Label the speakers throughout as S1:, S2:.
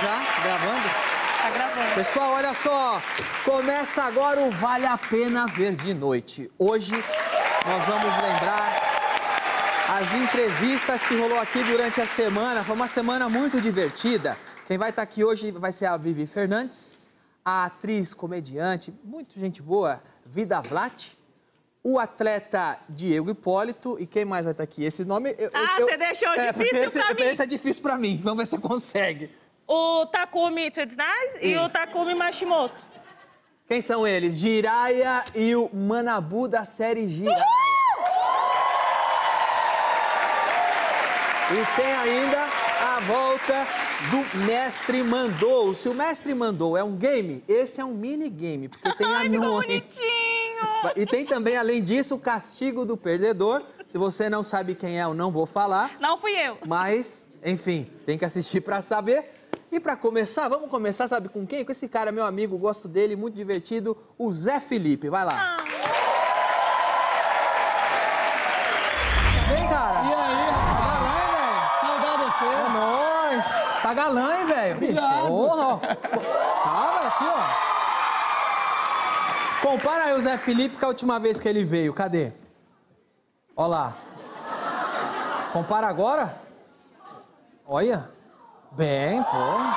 S1: Tá Pessoal, olha só, começa agora o Vale a Pena Ver de Noite. Hoje nós vamos lembrar as entrevistas que rolou aqui durante a semana. Foi uma semana muito divertida. Quem vai estar aqui hoje vai ser a Vivi Fernandes, a atriz, comediante, muito gente boa, Vida Vlat, o atleta Diego Hipólito e quem mais vai estar aqui? Esse nome... eu-
S2: Ah,
S1: eu-
S2: você deixou
S1: é, porque
S2: difícil
S1: esse,
S2: pra mim.
S1: Esse é difícil pra mim, vamos ver se você consegue.
S2: O Takumi Tsudanai e o
S1: Isso.
S2: Takumi Mashimoto.
S1: Quem são eles? Jiraya e o Manabu da série Jiraya. E tem ainda a volta do Mestre Mandou. Se o Mestre Mandou é um game, esse é um minigame, porque tem
S2: Ai,
S1: anões.
S2: ficou bonitinho!
S1: E tem também, além disso, o castigo do perdedor. Se você não sabe quem é, eu não vou falar.
S2: Não fui eu.
S1: Mas, enfim, tem que assistir pra saber. E pra começar, vamos começar, sabe com quem? Com esse cara, meu amigo, gosto dele, muito divertido, o Zé Felipe. Vai lá. Vem, cara.
S3: E aí, rapaz? Vai, velho? Saudar
S1: É
S3: você.
S1: nóis. Tá galã, hein, velho? Bicho,
S3: Obrigado.
S1: porra. Tá, velho, aqui, ó. Compara aí o Zé Felipe com a última vez que ele veio. Cadê? Ó lá. Compara agora? Olha. Bem, pô.
S3: A,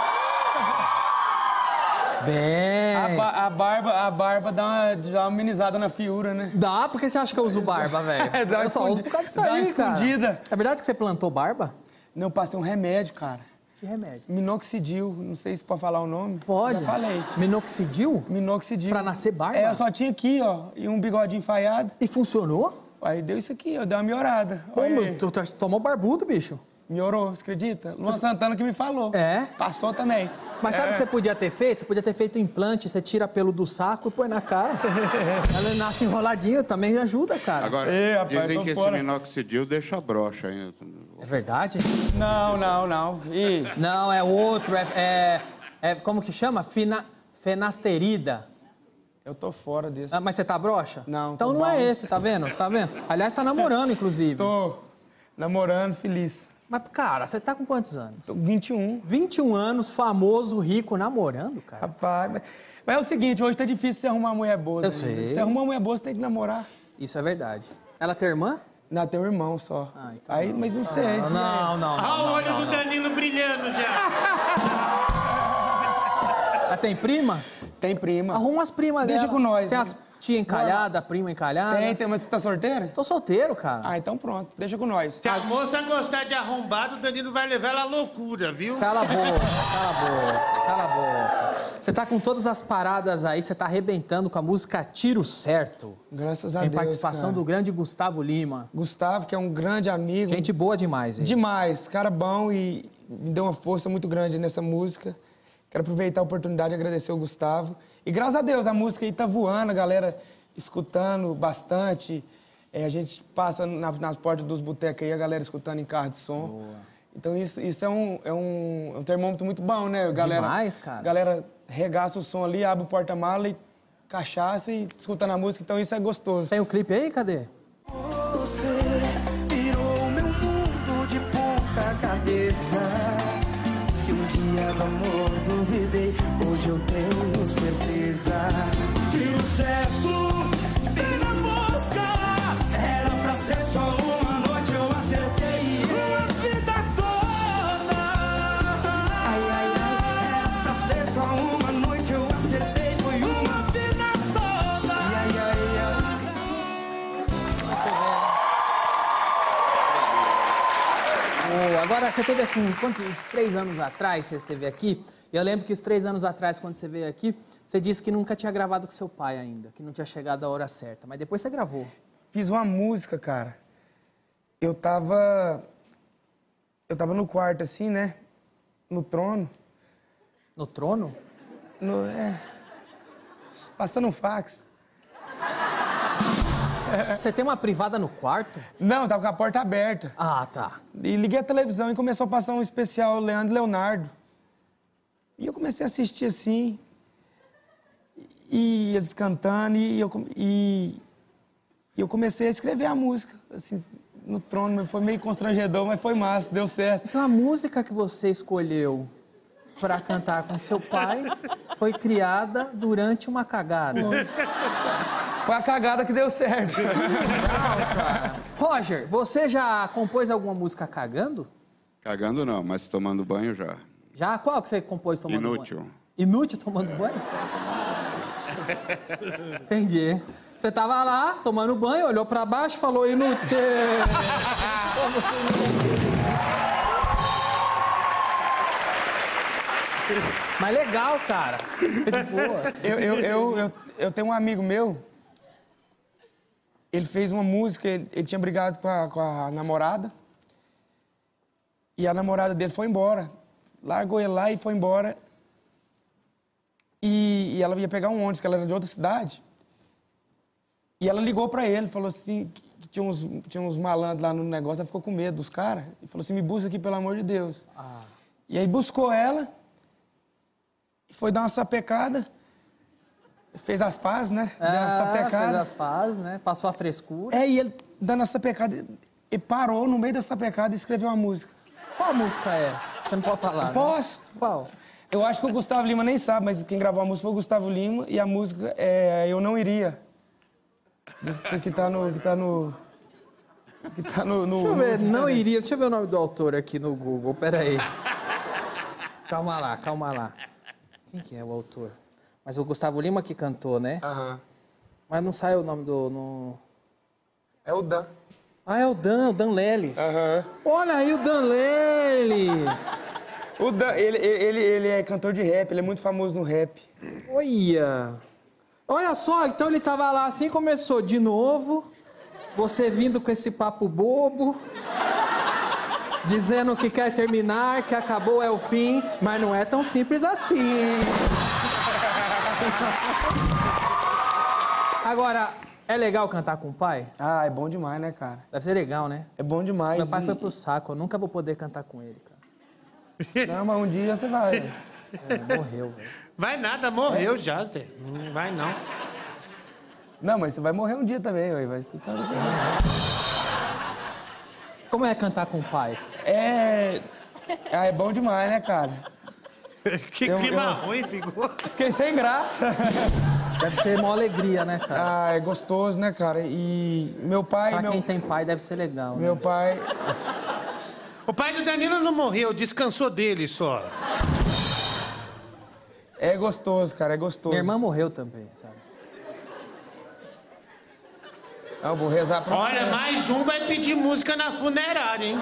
S1: Bem.
S3: ba- a barba, a barba dá uma, dá uma amenizada na fiura, né?
S1: Dá, porque você acha que eu uso barba, velho?
S3: É, dá uma
S1: eu só uso por causa disso
S3: escondi- dá uma
S1: aí, cara.
S3: escondida.
S1: É verdade que você plantou barba?
S3: Não, eu passei um remédio, cara.
S1: Que remédio?
S3: Minoxidil, não sei se pode falar o nome.
S1: Pode.
S3: Já falei.
S1: Minoxidil?
S3: Minoxidil.
S1: Pra nascer barba?
S3: É, eu só tinha aqui, ó, e um bigodinho falhado.
S1: E funcionou?
S3: Aí deu isso aqui, ó, deu uma melhorada.
S1: Pô,
S3: Olha aí.
S1: meu, tu, tu tomou barbudo, bicho.
S3: Melhorou, você acredita? Luan Santana que me falou.
S1: É?
S3: Passou também.
S1: Mas sabe o
S3: É.
S1: que você podia ter feito? Você podia ter feito implante, você tira pelo do saco e põe na cara. Ela nasce enroladinho, também ajuda, cara.
S4: Agora,
S3: Ê, rapaz,
S4: dizem
S5: então
S3: tô
S4: que
S3: fora.
S4: esse minoxidil deixa broxa, hein?
S1: É verdade?
S3: Não, não, não. E
S1: Não, é outro, é, é- é- como que chama? Fina, fenasterida.
S3: eu tô fora desse.
S1: Ah, mas você tá broxa?
S3: Não,
S1: Então
S3: tô
S1: não é
S3: bom.
S1: esse, tá vendo? Tá vendo? Aliás, tá namorando, inclusive.
S3: Tô namorando, feliz.
S1: Mas, cara, você tá com quantos anos?
S3: Tô com 21.
S1: 21 anos, famoso, rico, namorando, cara.
S3: Rapaz, mas, mas é o seguinte, hoje tá difícil você arrumar uma mulher boa.
S1: Eu
S3: né?
S1: sei.
S3: Você arruma uma mulher boa, você tem que namorar.
S1: Isso é verdade. Ela é tua irmã?
S3: Não, tem um irmão só.
S1: então
S3: Aí, mas não sei.
S1: Não, não, não.
S6: Olha o olho do Danilo brilhando já.
S1: Ela tem prima?
S3: Tem prima.
S1: Arruma as primas dela.
S3: Deixa com nós,
S1: Tem
S3: né?
S1: as tia encalhada, prima encalhada.
S3: Tem, tem, mas você tá solteira?
S1: Tô solteiro, cara.
S3: Ah, então pronto, deixa com nós.
S6: Se a moça gostar de arrombado, o Danilo vai levar ela à loucura, viu?
S1: Cala a boca, cala a boca, cala a boca. Você tá com todas as paradas aí, você tá arrebentando com a música Tiro Certo.
S3: Graças a
S1: Tem
S3: Deus.
S1: participação
S3: cara.
S1: do grande Gustavo Lima.
S3: Gustavo, que é um grande amigo.
S1: Gente boa demais, hein?
S3: Demais, cara bom e me deu uma força muito grande nessa música. Quero aproveitar a oportunidade e agradecer o Gustavo. E graças a Deus, a música aí tá voando, a galera escutando bastante. É, a gente passa na- nas portas dos botecos aí, a galera escutando em carro de som. Então isso, isso é, um, é, um, é um termômetro muito bom, né, galera?
S1: Demais, cara.
S3: A galera regaça o som ali, abre o porta-mala e cachaça e escutando a música, então isso é gostoso.
S1: Tem o clipe aí? Cadê?
S7: Você virou meu mundo de ponta cabeça. Se um dia do amor duvidei, hoje eu tenho certeza. Tiro certo, bem na mosca. Era pra ser só uma noite, eu acertei a vida toda. Ai, ai, ai, era pra ser só uma noite, eu acertei, foi uma vida toda. Ai, ai, ai.
S1: Ô, agora você teve aqui, quantos, uns três anos atrás você esteve aqui, e eu lembro que os três anos atrás, quando você veio aqui, você disse que nunca tinha gravado com seu pai ainda, que não tinha chegado a hora certa, mas depois você gravou.
S3: fiz uma música, cara. Eu tava. Eu tava no quarto, assim, né? No trono.
S1: No trono?
S3: No, é, passando um fax.
S1: Você tem uma privada no quarto?
S3: Não, eu tava com a porta aberta.
S1: Ah, tá.
S3: E liguei a televisão e começou a passar um especial Leandro e Leonardo. E eu comecei a assistir assim. E eles cantando, e eu, come- e, e eu comecei a escrever a música, assim, no trono. Foi meio constrangedor, mas foi massa, deu certo.
S1: Então a música que você escolheu pra cantar com seu pai foi criada durante uma cagada.
S3: Foi a cagada que deu certo.
S1: Roger, você já compôs alguma música cagando?
S4: Cagando não, mas tomando banho já.
S1: Já? Qual que você compôs tomando
S4: Inútil.
S1: banho? Inútil. Inútil tomando banho? Entendi. Você tava lá, tomando banho, olhou pra baixo e falou inútil. Mas legal, cara. É de boa.
S3: Eu, eu, eu, eu, eu tenho um amigo meu, ele fez uma música, ele, ele tinha brigado com a, com a namorada, e a namorada dele foi embora. Largou ele lá e foi embora. E, e ela ia pegar um ônibus, que ela era de outra cidade. E ela ligou pra ele, falou assim, que que tinha uns, tinha uns malandros lá no negócio, ela ficou com medo dos caras. E falou assim, me busca aqui, pelo amor de Deus.
S1: Ah.
S3: E aí buscou ela, e foi dar uma sapecada, fez as pazes, né? Deu uma
S1: Ah, fez
S3: sapecada.
S1: as pazes, né? Passou a frescura.
S3: É, e ele, dando essa pecada, ele parou no meio dessa pecada e escreveu uma música.
S1: Qual música é? Você não pode falar, né?
S3: Posso?
S1: Qual?
S3: Eu acho que o Gustavo Lima nem sabe, mas quem gravou a música foi o Gustavo Lima e a música é Eu Não Iria. Diz que- Que tá no. Que tá no. Que tá no. no-
S1: Deixa eu ver,
S3: no-
S1: não iria. Deixa eu ver o nome do autor aqui no Google, peraí. Calma lá, calma lá. Quem que é o autor? Mas o Gustavo Lima que cantou, né?
S3: Aham.
S1: Mas não saiu o nome do. no-
S3: É o Dan.
S1: Ah, é o Dan, o Dan Lelis.
S3: Aham.
S1: Olha aí o Dan Lelis!
S3: O Dan, ele, ele, ele- ele é cantor de rap, ele é muito famoso no rap.
S1: Olha! Olha só, então ele tava lá assim, começou de novo. Você vindo com esse papo bobo. Dizendo que quer terminar, que acabou é o fim, mas não é tão simples assim. Agora, é legal cantar com o pai?
S3: Ah, é bom demais, né, cara?
S1: Deve ser legal, né?
S3: É bom demais.
S1: Meu pai
S3: e-
S1: foi pro saco, eu nunca vou poder cantar com ele, cara.
S3: Não, mas um dia você vai.
S1: É, morreu, velho.
S6: Vai nada, morreu já, Zé. Não vai não.
S3: Não, mas você vai morrer um dia também, ué, vai se
S1: Como é cantar com o pai?
S3: É. Ah, é bom demais, né, cara?
S6: Que
S3: Eu-
S6: clima
S3: eu-
S6: ruim ficou.
S3: Fiquei sem graça.
S1: Deve ser uma alegria, né, cara?
S3: Ah, é gostoso, né, cara? E meu pai,
S1: Pra
S3: meu,
S1: quem tem pai deve ser legal. né?
S3: meu pai.
S6: O pai do Danilo não morreu, descansou dele só.
S3: É gostoso, cara, é gostoso.
S1: Minha irmã morreu também, sabe?
S3: Ah, eu vou rezar pra
S6: Olha,
S3: você.
S6: mais um vai pedir música na funerária, hein?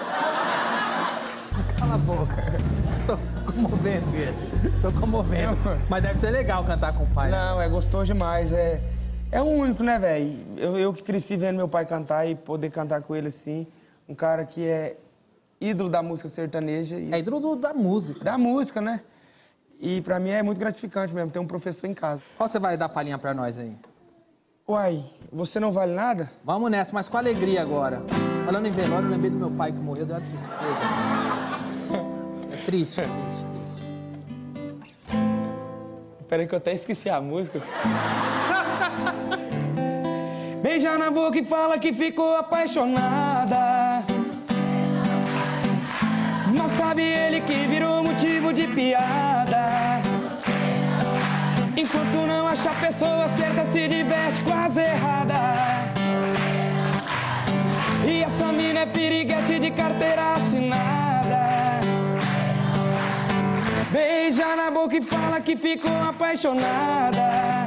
S1: Cala a boca. Tô, tô comovendo ele. Tô comovendo. Mas deve ser legal cantar com o pai. né?
S3: Não, é gostoso demais. É, é o único, né, velho? Eu, eu que cresci vendo meu pai cantar e poder cantar com ele assim. Um cara que é ídolo da música sertaneja e
S1: É ídolo do- da música.
S3: da música, né? E pra mim é muito gratificante mesmo ter um professor em casa.
S1: Qual você vai dar palhinha pra nós aí?
S3: Uai, você não vale nada?
S1: Vamos nessa, mas com alegria agora. Falando em velório, eu lembrei do meu pai que morreu, deu uma tristeza. É triste, triste, triste.
S3: Peraí que eu até esqueci a música. Beija na boca e fala que ficou apaixonada. Não sabe ele que virou motivo de piada. Enquanto não acha a pessoa certa, se diverte com as erradas. E essa mina é piriguete de carteira assinada. Beija na boca e fala que ficou apaixonada.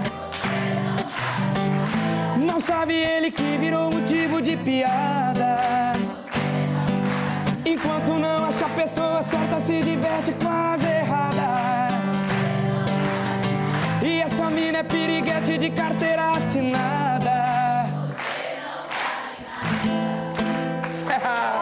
S3: Não sabe ele que virou motivo de piada. Enquanto não acha a pessoa certa, se diverte com as erradas. E essa mina é piriguete de carteira assinada.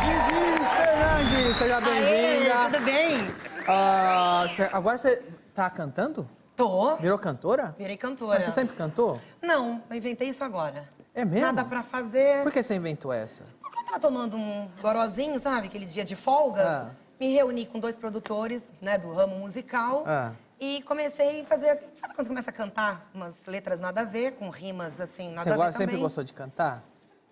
S1: Vivi Fernandes, seja bem-vinda.
S8: tudo bem?
S1: Ah, cê- agora você tá cantando?
S8: Tô.
S1: Virou cantora?
S8: Virei cantora.
S1: Mas você sempre cantou?
S8: Não, eu inventei isso agora.
S1: É mesmo?
S8: Nada pra fazer.
S1: Por que você inventou essa?
S8: Porque eu tava tomando um gorozinho, sabe? Aquele dia de folga.
S1: Ah.
S8: Me reuni com dois produtores, né, do ramo musical.
S1: Ah.
S8: E comecei a fazer. Sabe quando começa a cantar umas letras nada a ver, com rimas assim, nada
S1: Você
S8: a ver
S1: go-
S8: também?
S1: sempre gostou de cantar?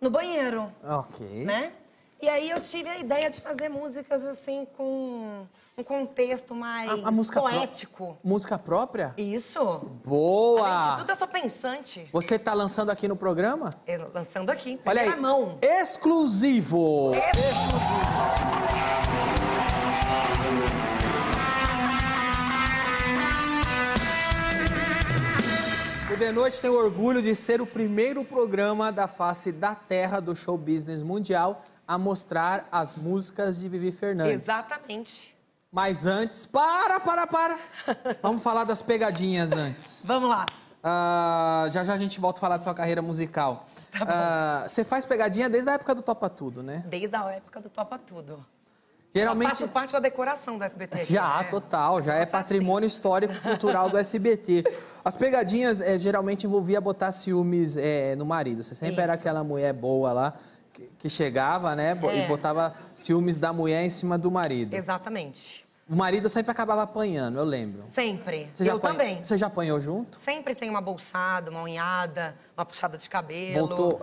S8: No banheiro,
S1: Ok.
S8: né? E aí eu tive a ideia de fazer músicas assim com um contexto mais
S1: A, a música pró-
S8: poético.
S1: música própria?
S8: Isso. Além de
S1: Boa!
S8: tudo, eu sou pensante.
S1: Você tá lançando aqui no programa?
S8: Eh, Lançando aqui,
S1: Olha
S8: primeira
S1: aí.
S8: mão.
S1: Exclusivo! O The Noite tem o orgulho de ser o primeiro programa da face da terra do show business mundial a mostrar as músicas de Vivi Fernandes.
S8: Exatamente.
S1: Mas antes, para, para, para! Vamos falar das pegadinhas antes.
S8: Vamos lá.
S1: Ah, já já a gente volta a falar da sua carreira musical.
S8: Tá
S1: Ah, Você faz pegadinha desde a época do Topa Tudo, né?
S8: Desde a época do Topa Tudo.
S1: Geralmente.
S8: Faço parte da decoração do SBT. aqui,
S1: Já,
S8: né?
S1: total. Já é patrimônio histórico e cultural do SBT. As pegadinhas eh, geralmente envolvia botar ciúmes eh, no marido. Você sempre era
S8: Isso.
S1: aquela mulher boa lá que, que chegava, né? bo- E
S8: É.
S1: botava ciúmes da mulher em cima do marido.
S8: Exatamente.
S1: O marido sempre acabava apanhando, eu lembro.
S8: Sempre.
S1: Você já
S8: eu
S1: apanha-
S8: também.
S1: Você já apanhou junto?
S8: Sempre tem uma bolsada, uma unhada, uma puxada de cabelo.
S1: Voltou.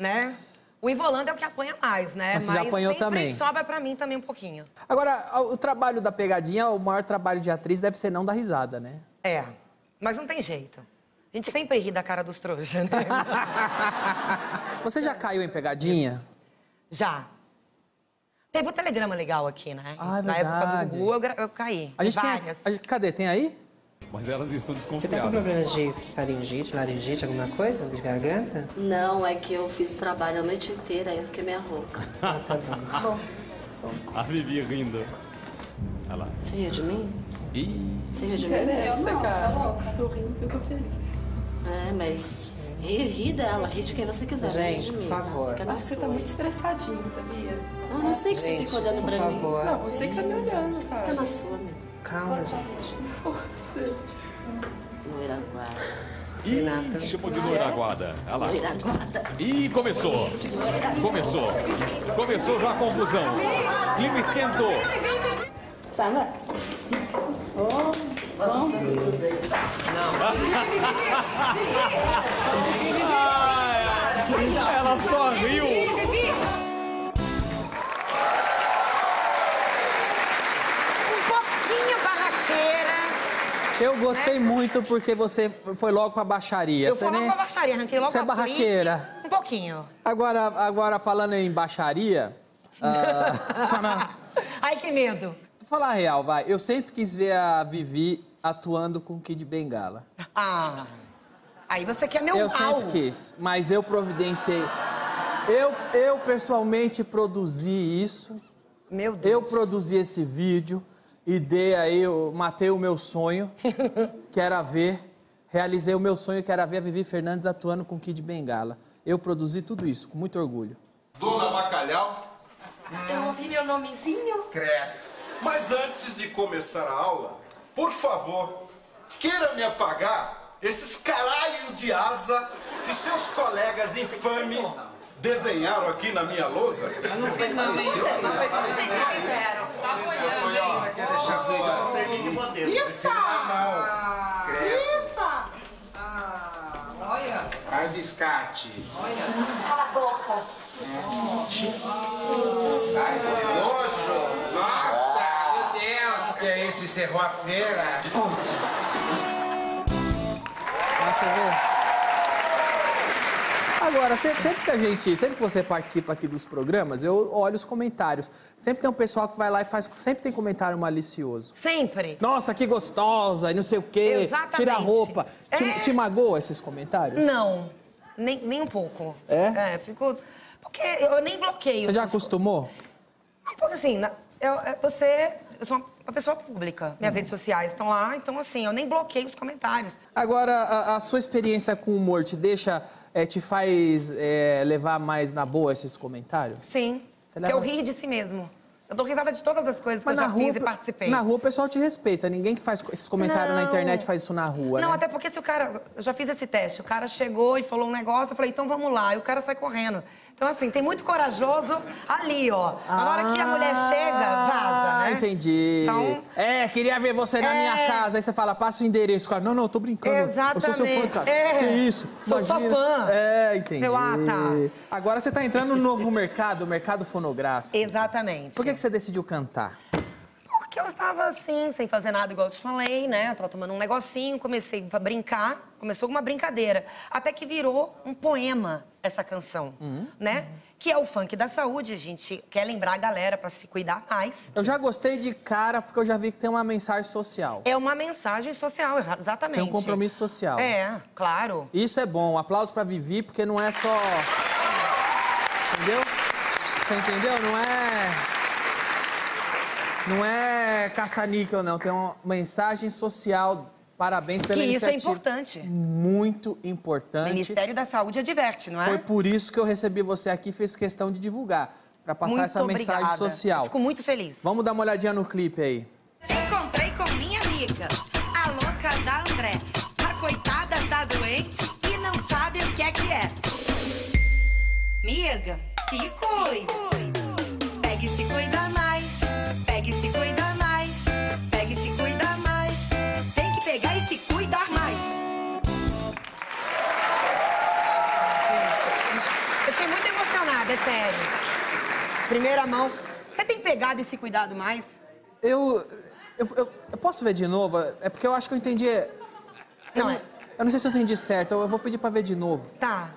S8: Né? O Ivolando é o que apanha mais, né?
S1: Mas você já apanhou
S8: sempre
S1: também.
S8: sobra pra mim também um pouquinho.
S1: Agora, a- o trabalho da pegadinha, o maior trabalho de atriz deve ser não dar risada, né?
S8: É, mas não tem jeito. A gente sempre ri da cara dos trouxas, né?
S1: Você já caiu em pegadinha?
S8: Já. Teve o telegrama legal aqui, né?
S1: Ah, é
S8: Na época
S1: verdade.
S8: do Gugu, eu, gra- eu caí. assim.
S1: A gente
S8: Várias.
S1: tem. a- a- cadê? Tem aí?
S5: Mas elas estão
S9: Você tá com
S5: desconfiadas.
S9: problemas de faringite, laringite, alguma coisa? De garganta?
S10: Não, é que eu fiz trabalho a noite inteira e eu fiquei meia rouca.
S9: Ah, tá bom.
S5: A Vivi rindo. Olha lá.
S10: Você riu de mim?
S5: Ih,
S10: Você riu de mim?
S11: Essa, cara. Tá louca, tô rindo que eu tô feliz.
S10: É, mas ri, ri dela, ri de quem você quiser.
S9: Gente,
S10: ri de
S9: por
S10: mim, tá?
S9: favor.
S10: Fica na
S11: Acho que você tá
S10: sua.
S11: muito estressadinha, sabia?
S10: Eu não sei que você
S9: Gente,
S10: fica olhando
S9: por
S10: pra mim.
S9: favor.
S11: Não, você que tá me olhando, cara.
S10: Fica na sua, meu.
S9: Calma, gente.
S11: Nossa.
S10: Moiraguada.
S9: Renata.
S5: chamou de loira guarda. Olha lá.
S10: Moiraguada.
S5: Ih, começou. Começou. Começou já a confusão. Clima esquentou. Samba. Ela só riu.
S8: Um pouquinho barraqueira.
S1: Eu gostei muito porque você foi logo pra baixaria.
S8: Eu
S1: Você
S8: fui logo
S1: nem-
S8: pra baixaria, arranquei logo
S1: Você é
S8: a aplique.
S1: barraqueira.
S8: Um pouquinho.
S1: Agora, agora, falando em baixaria, ah,
S8: Ai, que medo.
S1: vou falar a real, vai. Eu sempre quis ver a Vivi atuando com o Kid Bengala.
S8: Ah, aí você quer meu
S1: Eu
S8: mal.
S1: sempre quis, mas eu providenciei. Eu, eu pessoalmente produzi isso.
S8: Meu Deus.
S1: Eu produzi esse vídeo e dei aí, eu matei o meu sonho, que era ver, realizei o meu sonho, que era ver a Vivi Fernandes atuando com o Kid Bengala. Eu produzi tudo isso, com muito orgulho.
S12: Dona Bacalhau,
S8: Eu ouvi meu nomezinho.
S12: credo. Mas antes de começar a aula, por favor, queira me apagar esses caralho de asa que seus colegas infame desenharam aqui na minha lousa.
S8: Vocês me fizeram.
S12: Isso! Isso! Olha! Arbiscate. Olha! Cala a boca! Nojo! Nossa! Meu Deus! Que é isso? Encerrou a feira?
S1: Mas você vê. Agora, se- sempre que a gente, sempre que você participa aqui dos programas, eu olho os comentários. Sempre tem um pessoal que vai lá e faz, sempre tem comentário malicioso.
S8: Sempre.
S1: Nossa, que gostosa, e não sei o quê. Tira a
S8: Exatamente.
S1: roupa. Te,
S8: É.
S1: te magoa esses comentários?
S8: Não, nem, nem um pouco.
S1: É?
S8: É, fico... Porque eu nem bloqueio.
S1: Você já
S8: essas
S1: acostumou?
S8: Não, porque assim, na- eu, eu- você. Eu sou uma pessoa pública. Minhas
S1: Hum.
S8: redes sociais estão lá, então assim, eu nem bloqueio os comentários.
S1: Agora, a, a sua experiência com o humor te deixa, eh, te faz eh, levar mais na boa esses comentários?
S8: Sim.
S1: Você
S8: Porque
S1: leva-
S8: eu rio de si mesmo. Eu dou risada de todas as coisas que eu já fiz e participei.
S1: na rua o pessoal te respeita. Ninguém que faz co- esses comentários na
S8: Não.
S1: internet faz isso na rua,
S8: Não,
S1: né?
S8: até porque se o cara. Eu já fiz esse teste. O cara chegou e falou um negócio, eu falei, então vamos lá. E o cara sai correndo. Então, assim, tem muito corajoso ali, ó. Mas na hora que a mulher
S1: Ah!
S8: chega, vaza, né?
S1: Entendi.
S8: Então-
S1: É, queria ver você na
S8: É.
S1: minha casa. Aí você fala, passa o endereço. Cara, não, não, eu tô brincando. Eu sou seu fã,
S8: Exatamente.
S1: cara.
S8: É.
S1: Que isso?
S8: Sou só
S1: Imagina.
S8: fã.
S1: É, entendi.
S8: Eu, ah, tá.
S1: Agora você tá entrando no novo mercado, o mercado fonográfico.
S8: Exatamente.
S1: Por que, que você decidiu cantar?
S8: Por Porque eu estava assim, sem fazer nada, igual eu te falei, né? Eu tava tomando um negocinho, comecei a brincar, começou com uma brincadeira. Até que virou um poema essa canção,
S1: Uhum.
S8: né? Que é o funk da saúde, a gente quer lembrar a galera pra se cuidar mais.
S1: Eu já gostei de cara porque eu já vi que tem uma mensagem social.
S8: É uma mensagem social, exatamente.
S1: Tem um compromisso social.
S8: É, claro.
S1: Isso é bom. Um aplauso pra Vivi, porque não é só. Entendeu? Você entendeu? Não é. Não é caça-níquel, não. Tem uma mensagem social. Parabéns pela
S8: Que isso é
S1: iniciativa.
S8: importante.
S1: Muito importante.
S8: Ministério da Saúde adverte, não é?
S1: Foi por isso que eu recebi você aqui e fiz questão de divulgar pra passar
S8: Muito
S1: essa mensagem
S8: obrigada.
S1: social.
S8: Fico muito feliz.
S1: Vamos dar uma olhadinha no clipe aí.
S13: Encontrei com minha amiga, a louca da André. A coitada tá doente e não sabe o que é que é. Miga, se cuida. Pegue e se cuida mais. Pegue e se cuida mais. Pegue e se cuida mais. Tem que pegar e se cuidar mais.
S8: Eu fiquei muito emocionada, é sério. Primeira mão. Você tem pegado e se cuidado mais?
S1: Eu. Eu, eu- eu posso ver de novo? É porque eu acho que eu entendi. Não,
S8: é.
S1: eu, eu não sei se eu entendi certo. Eu, eu vou pedir pra ver de novo.
S8: Tá.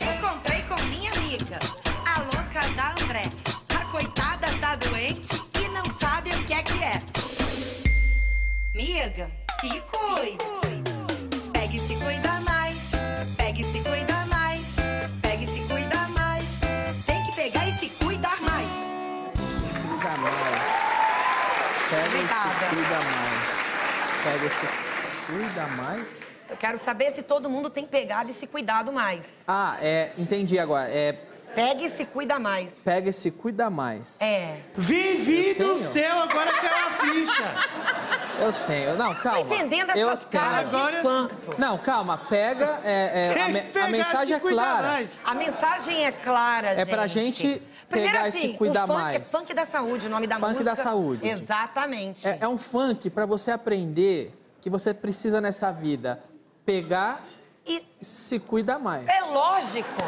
S13: Encontrei com minha amiga, a louca da André. A coitada tá doente e não sabe o que é que é. Miga, se cuida. Pegue e se cuida mais. Pegue e se cuida mais. Pegue e se cuida mais. Tem que pegar e se cuidar mais.
S1: Cuida mais. Pega esse. Cuida mais. Pega esse. Cuida mais?
S8: Eu quero saber se todo mundo tem pegado e se cuidado mais.
S1: Ah, é. Entendi agora. É.
S8: Pega e se cuida mais.
S1: Pega esse. Cuida mais.
S8: É.
S6: Vivi
S1: Eu
S6: do
S1: tenho.
S6: céu, agora caiu a ficha.
S1: Eu tenho. Não, calma.
S8: entendendo
S1: eu
S8: essas caras de
S1: tenho. Não, calma. Pega. é, é, a,
S8: Tem
S1: me-
S8: que
S1: a
S8: pegar,
S1: mensagem
S8: se
S1: é
S8: cuidar
S1: clara.
S8: mais. A mensagem é clara, gente.
S1: É pra gente
S8: Primeiro,
S1: pegar e
S8: assim,
S1: se cuidar
S8: o funk
S1: mais.
S8: É funk da saúde, o nome da
S1: Funk
S8: música.
S1: da saúde.
S8: Exatamente.
S1: É, é um funk pra você aprender que você precisa nessa vida pegar
S8: e
S1: se cuidar mais.
S8: É lógico.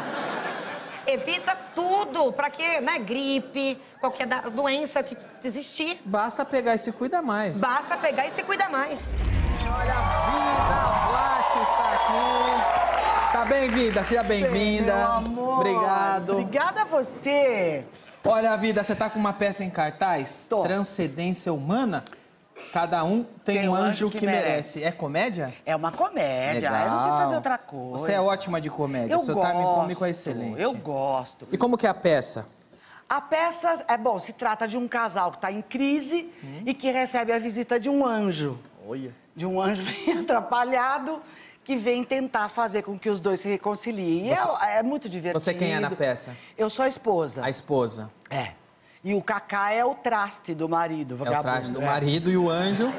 S8: Evita tudo, pra quê? Né? Gripe, qualquer da- doença que existir.
S1: Basta pegar e se cuida mais.
S8: Basta pegar e se cuida mais.
S1: Paty está aqui. Tá bem-vinda, seja bem-vinda.
S14: Meu amor.
S1: Obrigado.
S14: Obrigada a você.
S1: Olha, vida, você tá com uma peça em cartaz? Transcendência humana? Cada um tem, um anjo que, merece. É comédia?
S14: É uma comédia.
S1: Legal.
S14: Eu não sei fazer outra coisa.
S1: Você é ótima de comédia.
S14: Eu
S1: Seu timing
S14: gosto,
S1: cômico é excelente.
S14: eu gosto.
S1: E como que é a peça?
S14: A peça, é bom, se trata de um casal que está em crise e que recebe a visita de um anjo.
S1: Hum. Olha.
S14: De um anjo bem atrapalhado que vem tentar fazer com que os dois se reconciliem. E
S1: Você-
S14: É, é muito divertido.
S1: Você quem é na peça?
S14: Eu sou a esposa.
S1: A esposa.
S14: É. E o Cacá é o traste do marido,
S1: É o
S14: vagabundo.
S1: traje do
S14: é.
S1: marido e o anjo.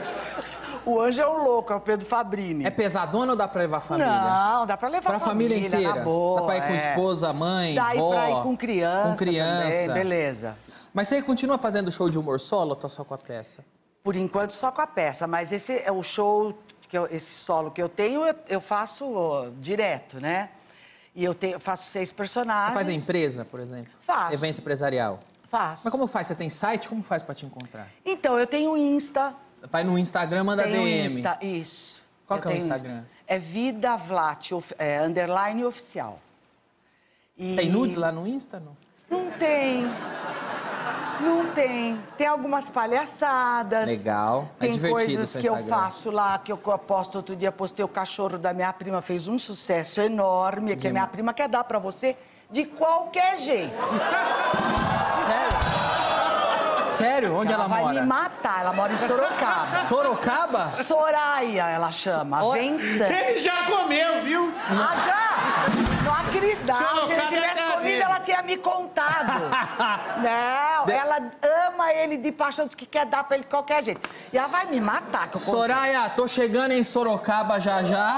S14: O anjo é o louco, é o Pedro Fabrini.
S1: É pesadona ou dá pra levar a família?
S14: Não, dá pra levar
S1: Pra
S14: a família,
S1: família, inteira.
S14: na boa,
S1: dá pra ir com
S14: é.
S1: esposa, mãe,
S14: Dá aí
S1: vó.
S14: pra ir com criança
S1: Com criança.
S14: também, beleza.
S1: Mas você continua fazendo show de humor solo ou tá só com a peça?
S14: Por enquanto, só com a peça, mas esse é o show, que eu- esse solo que eu tenho, eu, eu faço ó, direto, né? E eu, tenho, eu faço seis personagens.
S1: Você faz em empresa, por exemplo?
S14: Ah, Faço.
S1: Evento empresarial?
S14: Faço.
S1: Mas como faz? Você tem site? Como faz pra te encontrar?
S14: Então, eu tenho o Insta.
S1: Vai no Instagram, manda
S14: tenho o
S1: DM.
S14: um Insta, isso.
S1: Qual
S14: Eu
S1: que é o
S14: tenho
S1: Instagram?
S14: É Vida Vlat, of- é, underline oficial. E-
S1: Tem nudes lá no Insta, não?
S14: Não tem. Não tem. Tem algumas palhaçadas.
S1: Legal. É
S14: Tem
S1: divertido
S14: coisas
S1: seu
S14: que eu
S1: Instagram.
S14: faço lá, que eu posto outro dia, postei o cachorro da minha prima, fez um sucesso enorme, que a minha prima quer dar pra você de qualquer jeito.
S1: Sério? Onde ela,
S14: vai
S1: mora?
S14: me matar, ela mora em Sorocaba.
S1: Sorocaba?
S14: Soraya, ela chama.
S1: Sor-
S14: Vença.
S6: Ele já comeu, viu?
S14: Ah, já? Não acreditava. Se ele
S6: Sorocaba é
S14: tivesse
S6: cadeira.
S14: comido, ela tinha me contado. Não,
S1: De-
S14: ela ama ele de paixão, diz que quer dar pra ele de qualquer jeito. E ela vai me matar, que eu contei.
S1: Soraya, tô chegando em Sorocaba já já.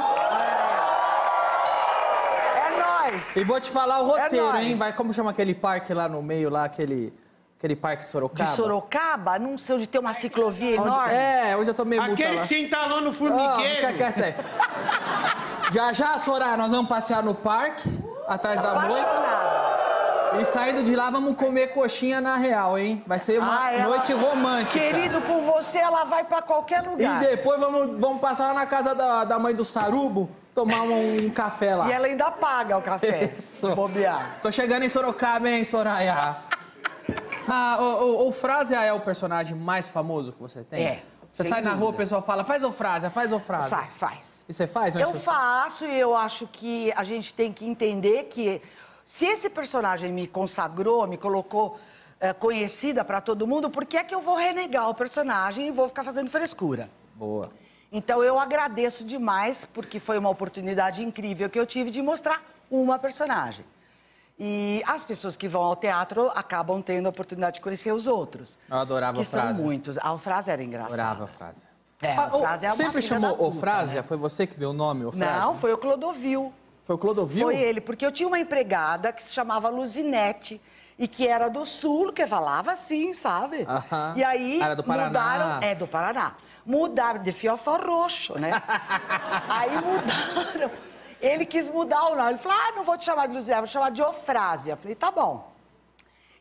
S14: É nóis.
S1: E vou te falar o roteiro,
S14: É nóis.
S1: hein? Vai, como chama aquele parque lá no meio, lá, aquele, aquele parque de
S14: De
S1: Sorocaba?
S14: Sorocaba, não sei onde tem uma ciclovia
S1: Onde,
S14: enorme.
S1: é, onde eu tomei multa
S6: Aquele
S1: lá.
S6: que se entalou no
S1: Ah,
S6: formigueiro.
S1: fica quieto aí. Já já, Soraya, nós vamos passear no parque, atrás da moita. E saindo de lá, vamos comer coxinha na real, hein? Vai ser uma
S14: Ah, ela-
S1: noite romântica.
S14: Querido, com você ela vai pra qualquer lugar.
S1: E depois vamos, vamos passar lá na casa da, da mãe do Sarubo, tomar um, um café lá.
S14: E ela ainda paga o café.
S1: Isso.
S14: Bobear.
S1: Tô chegando em Sorocaba, hein, Soraya? Ah, o, o, o Frázia é o personagem mais famoso que você tem?
S14: É,
S1: Você
S14: sem
S1: sai na rua, o
S14: dúvida.
S1: pessoal fala, faz o Frázia, faz o Frázia.
S14: Sai, faz.
S1: E você faz? ou
S14: Eu
S1: você-
S14: faço e eu acho que a gente tem que entender que se esse personagem me consagrou, me colocou eh, conhecida pra todo mundo, por que é que eu vou renegar o personagem e vou ficar fazendo frescura?
S1: Boa.
S14: Então eu agradeço demais, porque foi uma oportunidade incrível que eu tive de mostrar uma personagem. E as pessoas que vão ao teatro acabam tendo a oportunidade de conhecer os outros.
S1: Eu adorava
S14: que
S1: o Frázia.
S14: são muitos. A frase era engraçada.
S1: Adorava o Frázia.
S14: É,
S1: Ah, o-
S14: o Frázia é uma
S1: sempre
S14: filha
S1: chamou
S14: da
S1: o
S14: puta, né?
S1: Frázia? Foi você que deu o nome, o Frázia?
S14: Não, foi o Clodovil.
S1: Foi o Clodovil?
S14: Foi ele, porque eu tinha uma empregada que se chamava Luzinete e que era do sul, que falava assim, sabe?
S1: Aham.
S14: E aí
S1: Era do Paraná.
S14: mudaram, é do Paraná. Mudaram de fiofó roxo, né? aí mudaram. Ele quis mudar o nome. Ele falou: "Ah, não vou te chamar de Luzinete, vou te chamar de Ofrásia". Eu falei: "Tá bom".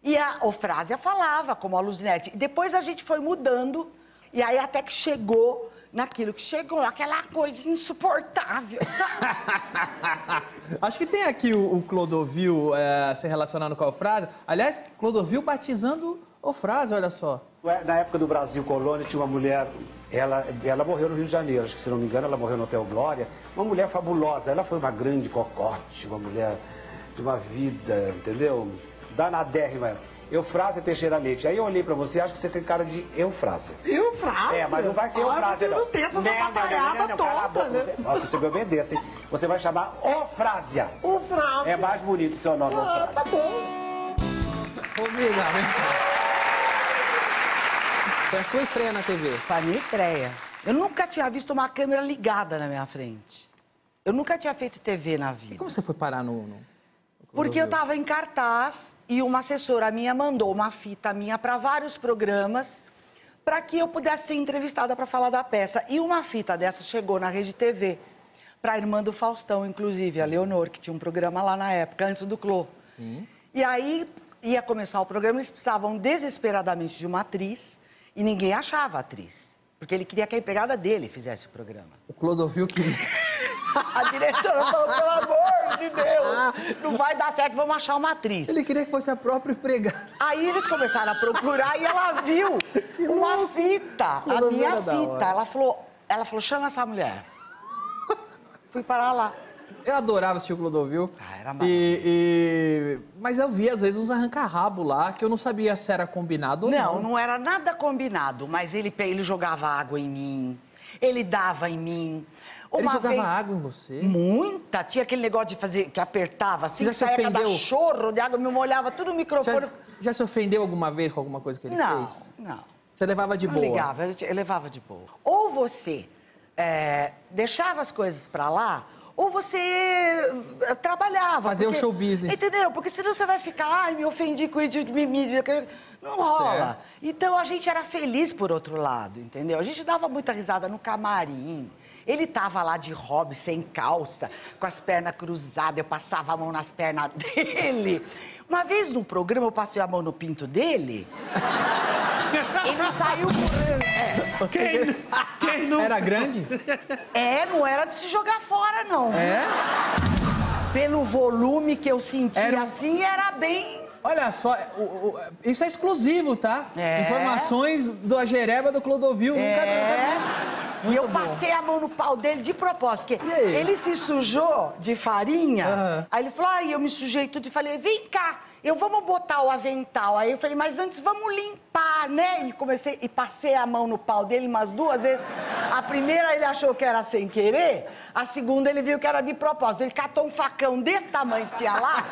S14: E a Ofrásia falava como a Luzinete. E depois a gente foi mudando, e aí até que chegou naquilo que chegou, aquela coisa insuportável, sabe?
S1: Acho que tem aqui o, o Clodovil eh, se relacionando com o Frázia. Aliás, Clodovil batizando o Frázia, olha só.
S15: Na época do Brasil Colônia, tinha uma mulher, ela, ela morreu no Rio de Janeiro, acho que se não me engano, ela morreu no Hotel Glória. Uma mulher fabulosa, ela foi uma grande cocote, uma mulher de uma vida, entendeu? Danadérrima. Eufrásia Teixeira Leite. Aí eu olhei pra você, acho que você tem cara de Eufrásia.
S16: Eufrásia?
S15: É, mas não vai ser
S16: Olha,
S15: Eufrásia,
S16: você
S15: não. né,
S16: não tem essa papagaiada
S15: cala a
S16: toda,
S15: boca,
S16: né?
S15: Você, ó, você me obedece, hein? Você vai chamar Ofrásia.
S16: Eufrásia.
S15: É mais bonito o seu nome, Eufrásia.
S16: tá bom.
S1: Comigo, né? Foi a sua estreia na TV?
S14: Foi a minha estreia. Eu nunca tinha visto uma câmera ligada na minha frente. Eu nunca tinha feito TV na vida.
S1: Como você foi parar no... no-
S14: Porque eu tava em cartaz e uma assessora minha mandou uma fita minha para vários programas para que eu pudesse ser entrevistada para falar da peça. E uma fita dessa chegou na Rede TV para a irmã do Faustão, inclusive, a Leonor, que tinha um programa lá na época, antes do Clô.
S1: Sim.
S14: E aí ia começar o programa, eles precisavam desesperadamente de uma atriz e ninguém achava atriz. Porque ele queria que a empregada dele fizesse o programa.
S1: O Clodovil queria...
S14: A diretora falou, pelo amor de Deus, não vai dar certo, vamos achar uma atriz.
S1: Ele queria que fosse a própria empregada.
S14: Aí eles começaram a procurar e ela viu uma fita,
S1: Que
S14: a
S1: novela
S14: minha
S1: da hora.
S14: fita. Ela falou, ela falou, chama essa mulher. Fui parar lá.
S1: Eu adorava assistir o Clodovil. Ah, era e, e- Mas eu via, às vezes, uns arranca-rabo lá, que eu não sabia se era combinado ou não.
S14: Não, não era nada combinado, mas ele, pe- ele jogava água em mim, ele dava em mim.
S1: Ele jogava
S14: vez-
S1: água em você?
S14: Muita. Tinha aquele negócio de fazer, que apertava assim,
S1: Você já se
S14: saía cada
S1: ofendeu?
S14: chorro de água, me molhava tudo o microfone.
S1: Já, já se ofendeu alguma vez com alguma coisa que ele
S14: Não,
S1: fez?
S14: não.
S1: Você levava de
S14: não
S1: boa?
S14: ligava, eu te- eu levava de boa. Ou você é, deixava as coisas pra lá, ou você é, trabalhava.
S1: Fazia o show business.
S14: Entendeu? Porque senão você vai ficar, ai, me ofendi com isso, me, me, me- não rola.
S1: Certo.
S14: Então a gente era feliz por outro lado, entendeu? A gente dava muita risada no camarim. Ele tava lá de hobby, sem calça, com as pernas cruzadas, eu passava a mão nas pernas dele. Uma vez num programa eu passei a mão no pinto dele. Ele saiu correndo. É.
S1: Quem,
S14: não...
S1: Era grande?
S14: É, não era de se jogar fora, não.
S1: É?
S14: Pelo volume que eu sentia
S1: Era um-
S14: assim, era bem.
S1: Olha só, o- o- isso é exclusivo, tá? Informações do Agereba do Clodovil. Nunca, nunca...
S14: E
S1: Muito
S14: eu
S1: bom.
S14: passei a mão no pau dele de propósito, porque
S1: E aí?
S14: ele se sujou de farinha. Aí ele falou, ai, eu me sujei tudo e falei, vem cá, eu vamos botar o avental. Aí eu falei, mas antes vamos limpar, né? E comecei e passei a mão no pau dele umas duas vezes. A primeira ele achou que era sem querer, a segunda ele viu que era de propósito. Ele catou um facão desse tamanho que tinha lá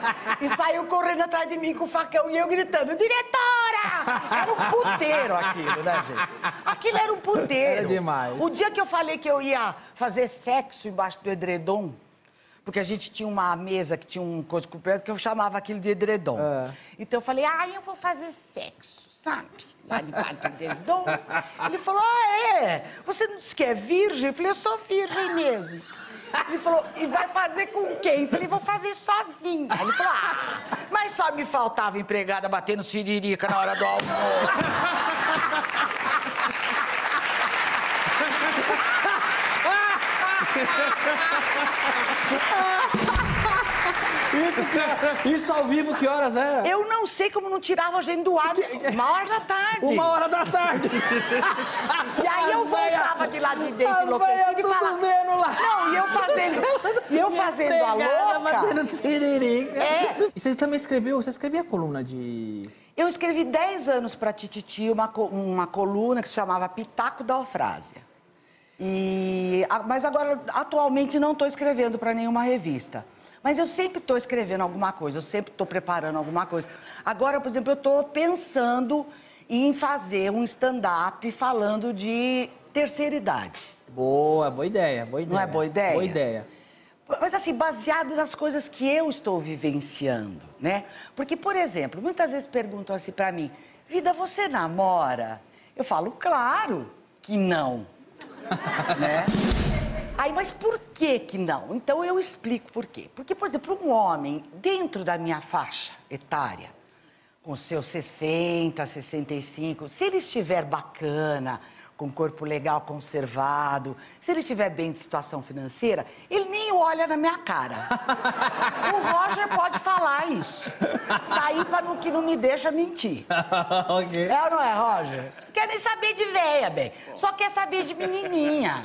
S14: e saiu correndo atrás de mim com o facão e eu gritando, diretora! Era um puteiro aquilo, né, gente? Aquilo era um puteiro.
S1: Era demais.
S14: O dia que eu falei que eu ia fazer sexo embaixo do edredom, porque a gente tinha uma mesa que tinha um coisa com perto, que eu chamava aquilo de edredom.
S1: É.
S14: Então eu falei, ah, eu vou fazer sexo, sabe? Lá debaixo do edredom. Ele falou, ah, é? Você não disse que é virgem? Eu falei, eu sou virgem mesmo. Ele falou, e vai fazer com quem? Eu falei, vou fazer sozinha. Ele falou, ah, mas só me faltava empregada batendo siririca na hora do almoço.
S1: Isso, que- isso ao vivo, que horas era?
S14: Eu não sei como não tirava a gente do ar. Uma hora da tarde.
S1: Uma hora da tarde.
S14: E aí eu
S1: As véia-
S14: voltava de lá de dentro
S1: as véia
S14: enlouquecida e
S1: tudo
S14: falava...
S1: vendo lá.
S14: Não, e eu fazendo... E eu fazendo a
S1: Empregada
S14: louca...
S1: batendo siririca.
S14: É.
S1: E você também escreveu, você escrevia a coluna de...
S14: Eu escrevi 10 anos para Tititi uma, co- uma coluna que se chamava Pitaco da Ofrásia. E, a- mas agora, atualmente, não estou escrevendo para nenhuma revista. Mas eu sempre estou escrevendo alguma coisa, eu sempre estou preparando alguma coisa. Agora, por exemplo, eu estou pensando em fazer um stand-up falando de terceira idade.
S1: Boa, boa ideia, boa ideia.
S14: Não é boa ideia?
S1: Boa ideia.
S14: Mas assim, baseado nas coisas que eu estou vivenciando, né? Porque, por exemplo, muitas vezes perguntam assim pra mim, vida, você namora? Eu falo, claro que não. né? Aí, mas por que que não? Então eu explico por quê. Porque, por exemplo, um homem dentro da minha faixa etária, com seus 60, 65, se ele estiver bacana, com corpo legal conservado, se ele estiver bem de situação financeira, ele nem olha na minha cara. o Roger pode falar isso. Tá aí pra não, que não me deixa mentir.
S1: ok.
S14: É ou não é, Roger? Quer nem saber de véia, bem. Só quer saber de menininha.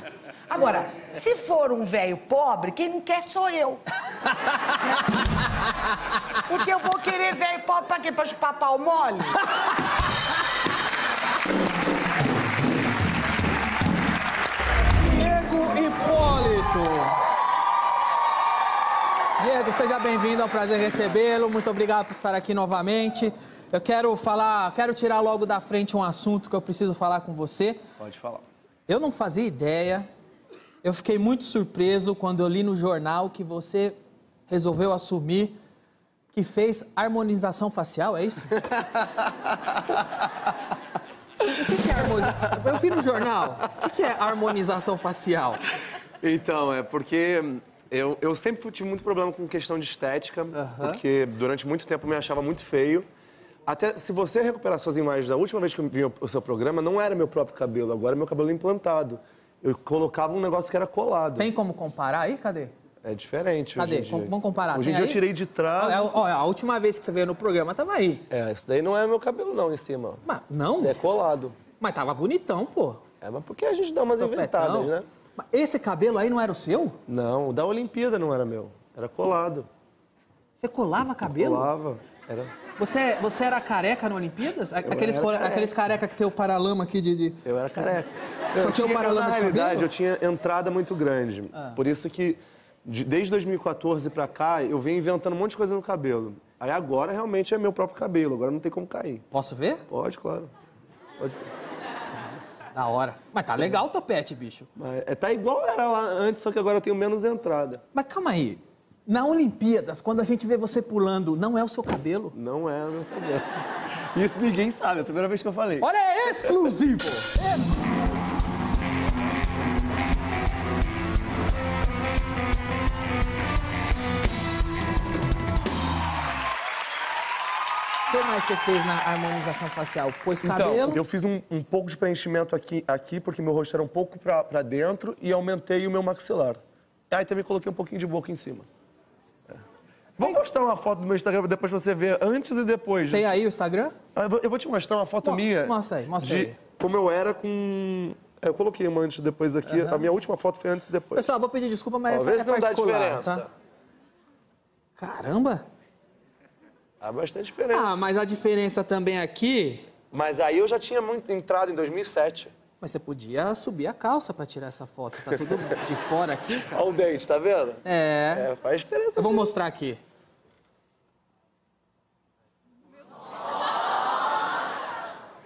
S14: Agora, se for um velho pobre, quem não quer sou eu. Porque eu vou querer velho pobre pra quê? Pra chupar pau mole?
S1: Diego Hipólito. Diego, seja bem-vindo, é um prazer recebê-lo. Muito obrigado por estar aqui novamente. Eu quero falar, quero tirar logo da frente um assunto que eu preciso falar com você.
S17: Pode falar.
S1: Eu não fazia ideia. Eu fiquei muito surpreso quando eu li no jornal que você resolveu assumir que fez harmonização facial, é isso? O que que é harmonização? Eu vi no jornal. O que que é harmonização facial?
S17: Então, é porque eu, eu sempre tive muito problema com questão de estética, porque durante muito tempo eu me achava muito feio. Até se você recuperar suas imagens da última vez que eu vi o seu programa, não era meu próprio cabelo, agora é meu cabelo implantado. Eu colocava um negócio que era colado.
S1: Tem como comparar aí? Cadê?
S17: É diferente
S1: Cadê?
S17: hoje em dia.
S1: Com- vamos comparar.
S17: Hoje
S1: Tem
S17: em dia
S1: aí? É
S17: eu tirei de trás.
S1: Olha, olha, a última vez que você veio no programa tava aí.
S17: É, isso daí não é meu cabelo não em cima.
S1: Mas não?
S17: É colado.
S1: Mas tava bonitão, pô.
S17: É, mas porque a gente dá umas
S1: Topetão.
S17: inventadas, né?
S1: Mas esse cabelo aí não era o seu?
S17: Não, o da Olimpíada não era meu. Era colado.
S1: Você colava cabelo?
S17: Colava. Era...
S1: Você, você era careca na Olimpíadas? A-
S17: Eu
S1: Aqueles,
S17: era
S1: co-
S17: careca.
S1: aqueles careca que tem o paralama aqui de... de-
S17: Eu era careca.
S1: Só
S17: Eu
S1: tinha o
S17: na
S1: paralama de
S17: realidade,
S1: cabelo?
S17: eu tinha entrada muito grande.
S1: Ah.
S17: Por isso que, de- desde 2014 pra cá, eu venho inventando um monte de coisa no cabelo. Aí agora realmente é meu próprio cabelo, agora não tem como cair.
S1: Posso ver?
S17: Pode, claro. Pode.
S1: Da hora. Mas tá legal o topete, bicho.
S17: Mas, é, tá igual era lá antes, só que agora eu tenho menos entrada.
S1: Mas calma aí. Na Olimpíadas, quando a gente vê você pulando, não é o seu cabelo?
S17: Não é meu cabelo. Isso ninguém sabe, é a primeira vez que eu falei.
S1: Olha, é exclusivo! O que mais você fez na harmonização facial? Pôs cabelo?
S17: Então, eu fiz um, um pouco de preenchimento aqui, aqui, porque meu rosto era um pouco pra, pra dentro e aumentei o meu maxilar. Aí também coloquei um pouquinho de boca em cima. É. Vou postar uma foto do meu Instagram pra depois você ver antes e depois.
S1: Tem aí o Instagram?
S17: Ah, Eu vou- eu vou te mostrar uma foto
S1: Mo-
S17: minha.
S1: mostra aí, mostra
S17: de
S1: aí.
S17: Como eu era com. é, Eu coloquei uma antes e depois aqui.
S1: Aham.
S17: A minha última foto foi antes e depois.
S1: Pessoal, vou pedir desculpa, mas
S17: Talvez
S1: essa é
S17: não dá
S1: particular,
S17: diferença.
S1: tá? Caramba!
S17: Há bastante diferença.
S1: Ah, mas a diferença também aqui...
S17: Mas aí eu já tinha muito entrado em 2007.
S1: Mas você podia subir a calça pra tirar essa foto. Tá tudo de fora aqui, cara.
S17: Olha o dente, tá vendo?
S1: É.
S17: É, faz diferença.
S1: Eu vou
S17: sim.
S1: mostrar aqui.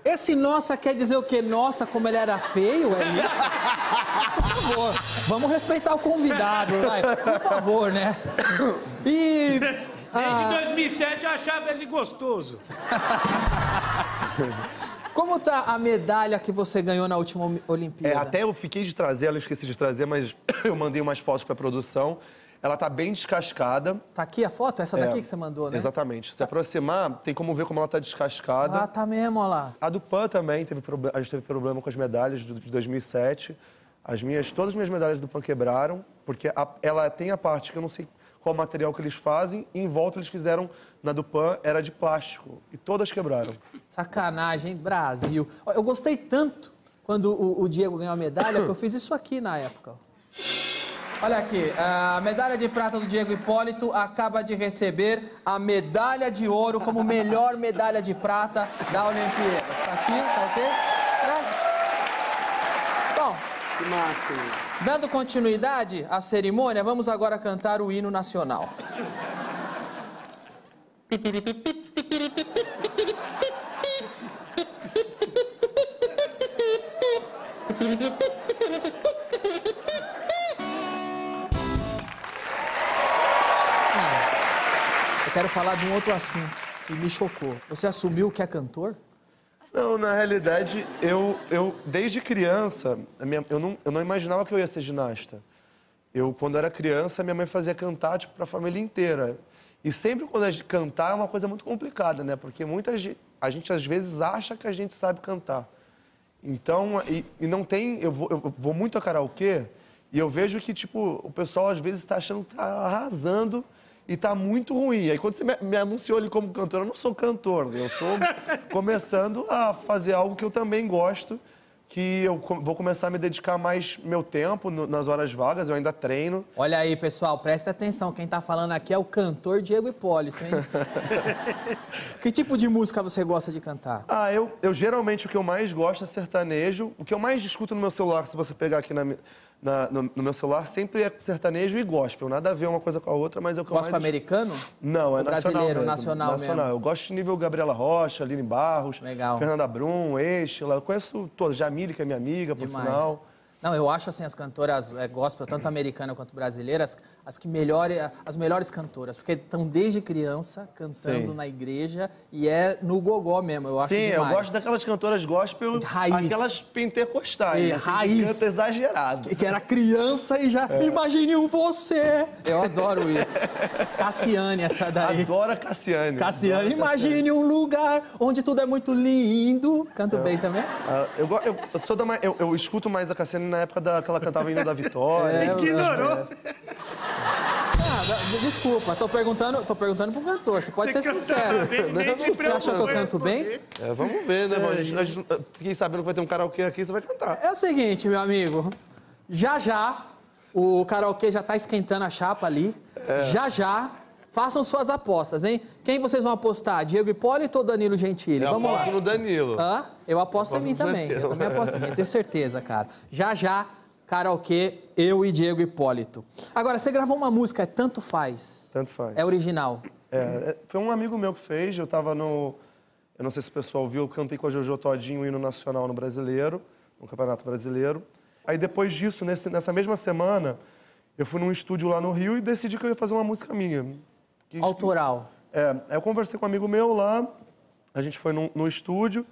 S1: Esse nossa quer dizer o quê? Nossa, como ele era feio, é isso? Por favor, vamos respeitar o convidado, vai. Por favor, né? E.
S6: Desde 2007 eu achava ele gostoso.
S1: Como tá a medalha que você ganhou na última Olim- Olimpíada?
S17: É, até eu fiquei de trazer, ela eu esqueci de trazer, mas eu mandei umas fotos pra produção. Ela tá bem descascada.
S1: Tá aqui a foto? Essa daqui que você mandou, né?
S17: É. Exatamente. Se aproximar, tem como ver como ela tá descascada.
S1: Ah, tá mesmo, olha lá.
S17: A do Pan também teve problema. A gente teve problema com as medalhas do- de 2007. As minhas, todas as minhas medalhas do Pan quebraram, porque a- ela tem a parte que eu não sei qual material que eles fazem, e em volta eles fizeram na do Pan era de plástico e todas quebraram.
S1: Sacanagem, hein? Brasil. Ó, Eu gostei tanto quando o, o Diego ganhou a medalha que eu fiz isso aqui na época. ó. Olha aqui, a medalha de prata do Diego Hipólito acaba de receber a medalha de ouro como melhor medalha de prata da Olimpíada. Está aqui, tá ok? Graças. Bom, que máximo. Dando continuidade à cerimônia, vamos agora cantar o hino nacional. Eu quero falar de um outro assunto que me chocou. Você assumiu que é cantor?
S17: Não, na realidade, eu, eu desde criança, a minha- eu, não, eu não imaginava que eu ia ser ginasta. Eu, quando era criança, minha mãe fazia cantar, tipo, pra família inteira. E sempre quando a gente cantar é uma coisa muito complicada, né? Porque muita gente, a gente às vezes acha que a gente sabe cantar. Então, e, e não tem. Eu vou, eu vou muito a karaokê e eu vejo que, tipo, o pessoal às vezes tá achando que tá arrasando e tá muito ruim. Aí quando você me, me anunciou ali como cantor, eu não sou cantor, né? eu tô começando a fazer algo que eu também gosto, que eu co- vou começar a me dedicar mais meu tempo no- nas horas vagas, eu ainda treino.
S1: Olha aí, pessoal, presta atenção. Quem tá falando aqui é o cantor Diego Hipólito, hein? que tipo de música você gosta de cantar?
S17: Ah, eu, eu geralmente o que eu mais gosto é sertanejo. O que eu mais escuto no meu celular, se você pegar aqui na mi- na- no, no meu celular, sempre é sertanejo e gospel. Nada a ver uma coisa com a outra, mas é o que eu mais...
S1: Gospel americano?
S17: Não, é
S1: Ou
S17: nacional
S1: brasileiro,
S17: mesmo.
S1: nacional mesmo?
S17: Eu gosto de nível Gabriela Rocha, Aline Barros, Fernanda Brum, Estela. Eu conheço todas. Jamile, que é minha amiga, por
S1: Demais.
S17: sinal.
S1: Não, eu acho assim as cantoras é, gospel, tanto americana quanto brasileira, as, as que melhores, as melhores cantoras, porque estão desde criança cantando
S17: Sim.
S1: na igreja e é no gogó mesmo. Eu acho
S17: Sim, eu
S1: demais.
S17: gosto daquelas cantoras gospel,
S1: Raiz.
S17: aquelas pentecostais,
S1: É,
S17: assim,
S1: raiz.
S17: que canta exagerado.
S1: Que, que era criança e já.
S17: É.
S1: Imagine um você! Eu adoro isso. Cassiane, essa daí.
S17: Adoro a Cassiane.
S1: Cassiane,
S17: Adoro a
S1: imagine um lugar onde tudo é muito lindo. Canto bem também.
S17: Ah, eu, go- eu- eu sou da ma- eu- eu escuto mais a Cassiane na época da, que ela cantava o hino da Vitória.
S1: É, Ignorou.
S17: eu-
S1: Ah, da- desculpa, tô perguntando, tô perguntando pro cantor. Você pode
S17: Você
S1: ser
S17: canta
S1: sincero.
S17: bem, nem
S1: você acha
S17: te
S1: que eu
S17: preocupa em
S1: canto bem?
S17: É, vamos ver, né, irmão? A gente- a gente- eu Fiquei sabendo que vai ter um karaokê aqui, você vai cantar.
S1: É o seguinte, meu amigo. Já já, o karaokê já tá esquentando a chapa ali.
S17: É.
S1: Já já, façam suas apostas, hein? Quem vocês vão apostar? Diego Hipólito ou Danilo Gentili?
S17: Eu
S1: Vamos lá.
S17: aposto no Danilo.
S1: Hã? Eu aposto em mim
S17: no
S1: também. Eu
S17: Danilo.
S1: também aposto em mim, eu tenho certeza, cara. Já já, karaokê, eu e Diego Hipólito. Agora, você gravou uma música, é Tanto Faz.
S17: Tanto faz.
S1: É original.
S17: É, é, foi um amigo meu que fez, eu tava no. Eu não sei se o pessoal viu, eu cantei com a Jojo Todinho o hino nacional no brasileiro, no Campeonato Brasileiro. Aí depois disso, nesse- nessa mesma semana, eu fui num estúdio lá no Rio e decidi que eu ia fazer uma música minha.
S1: Autoral.
S17: É, aí eu conversei com um amigo meu lá, a gente foi num- no estúdio,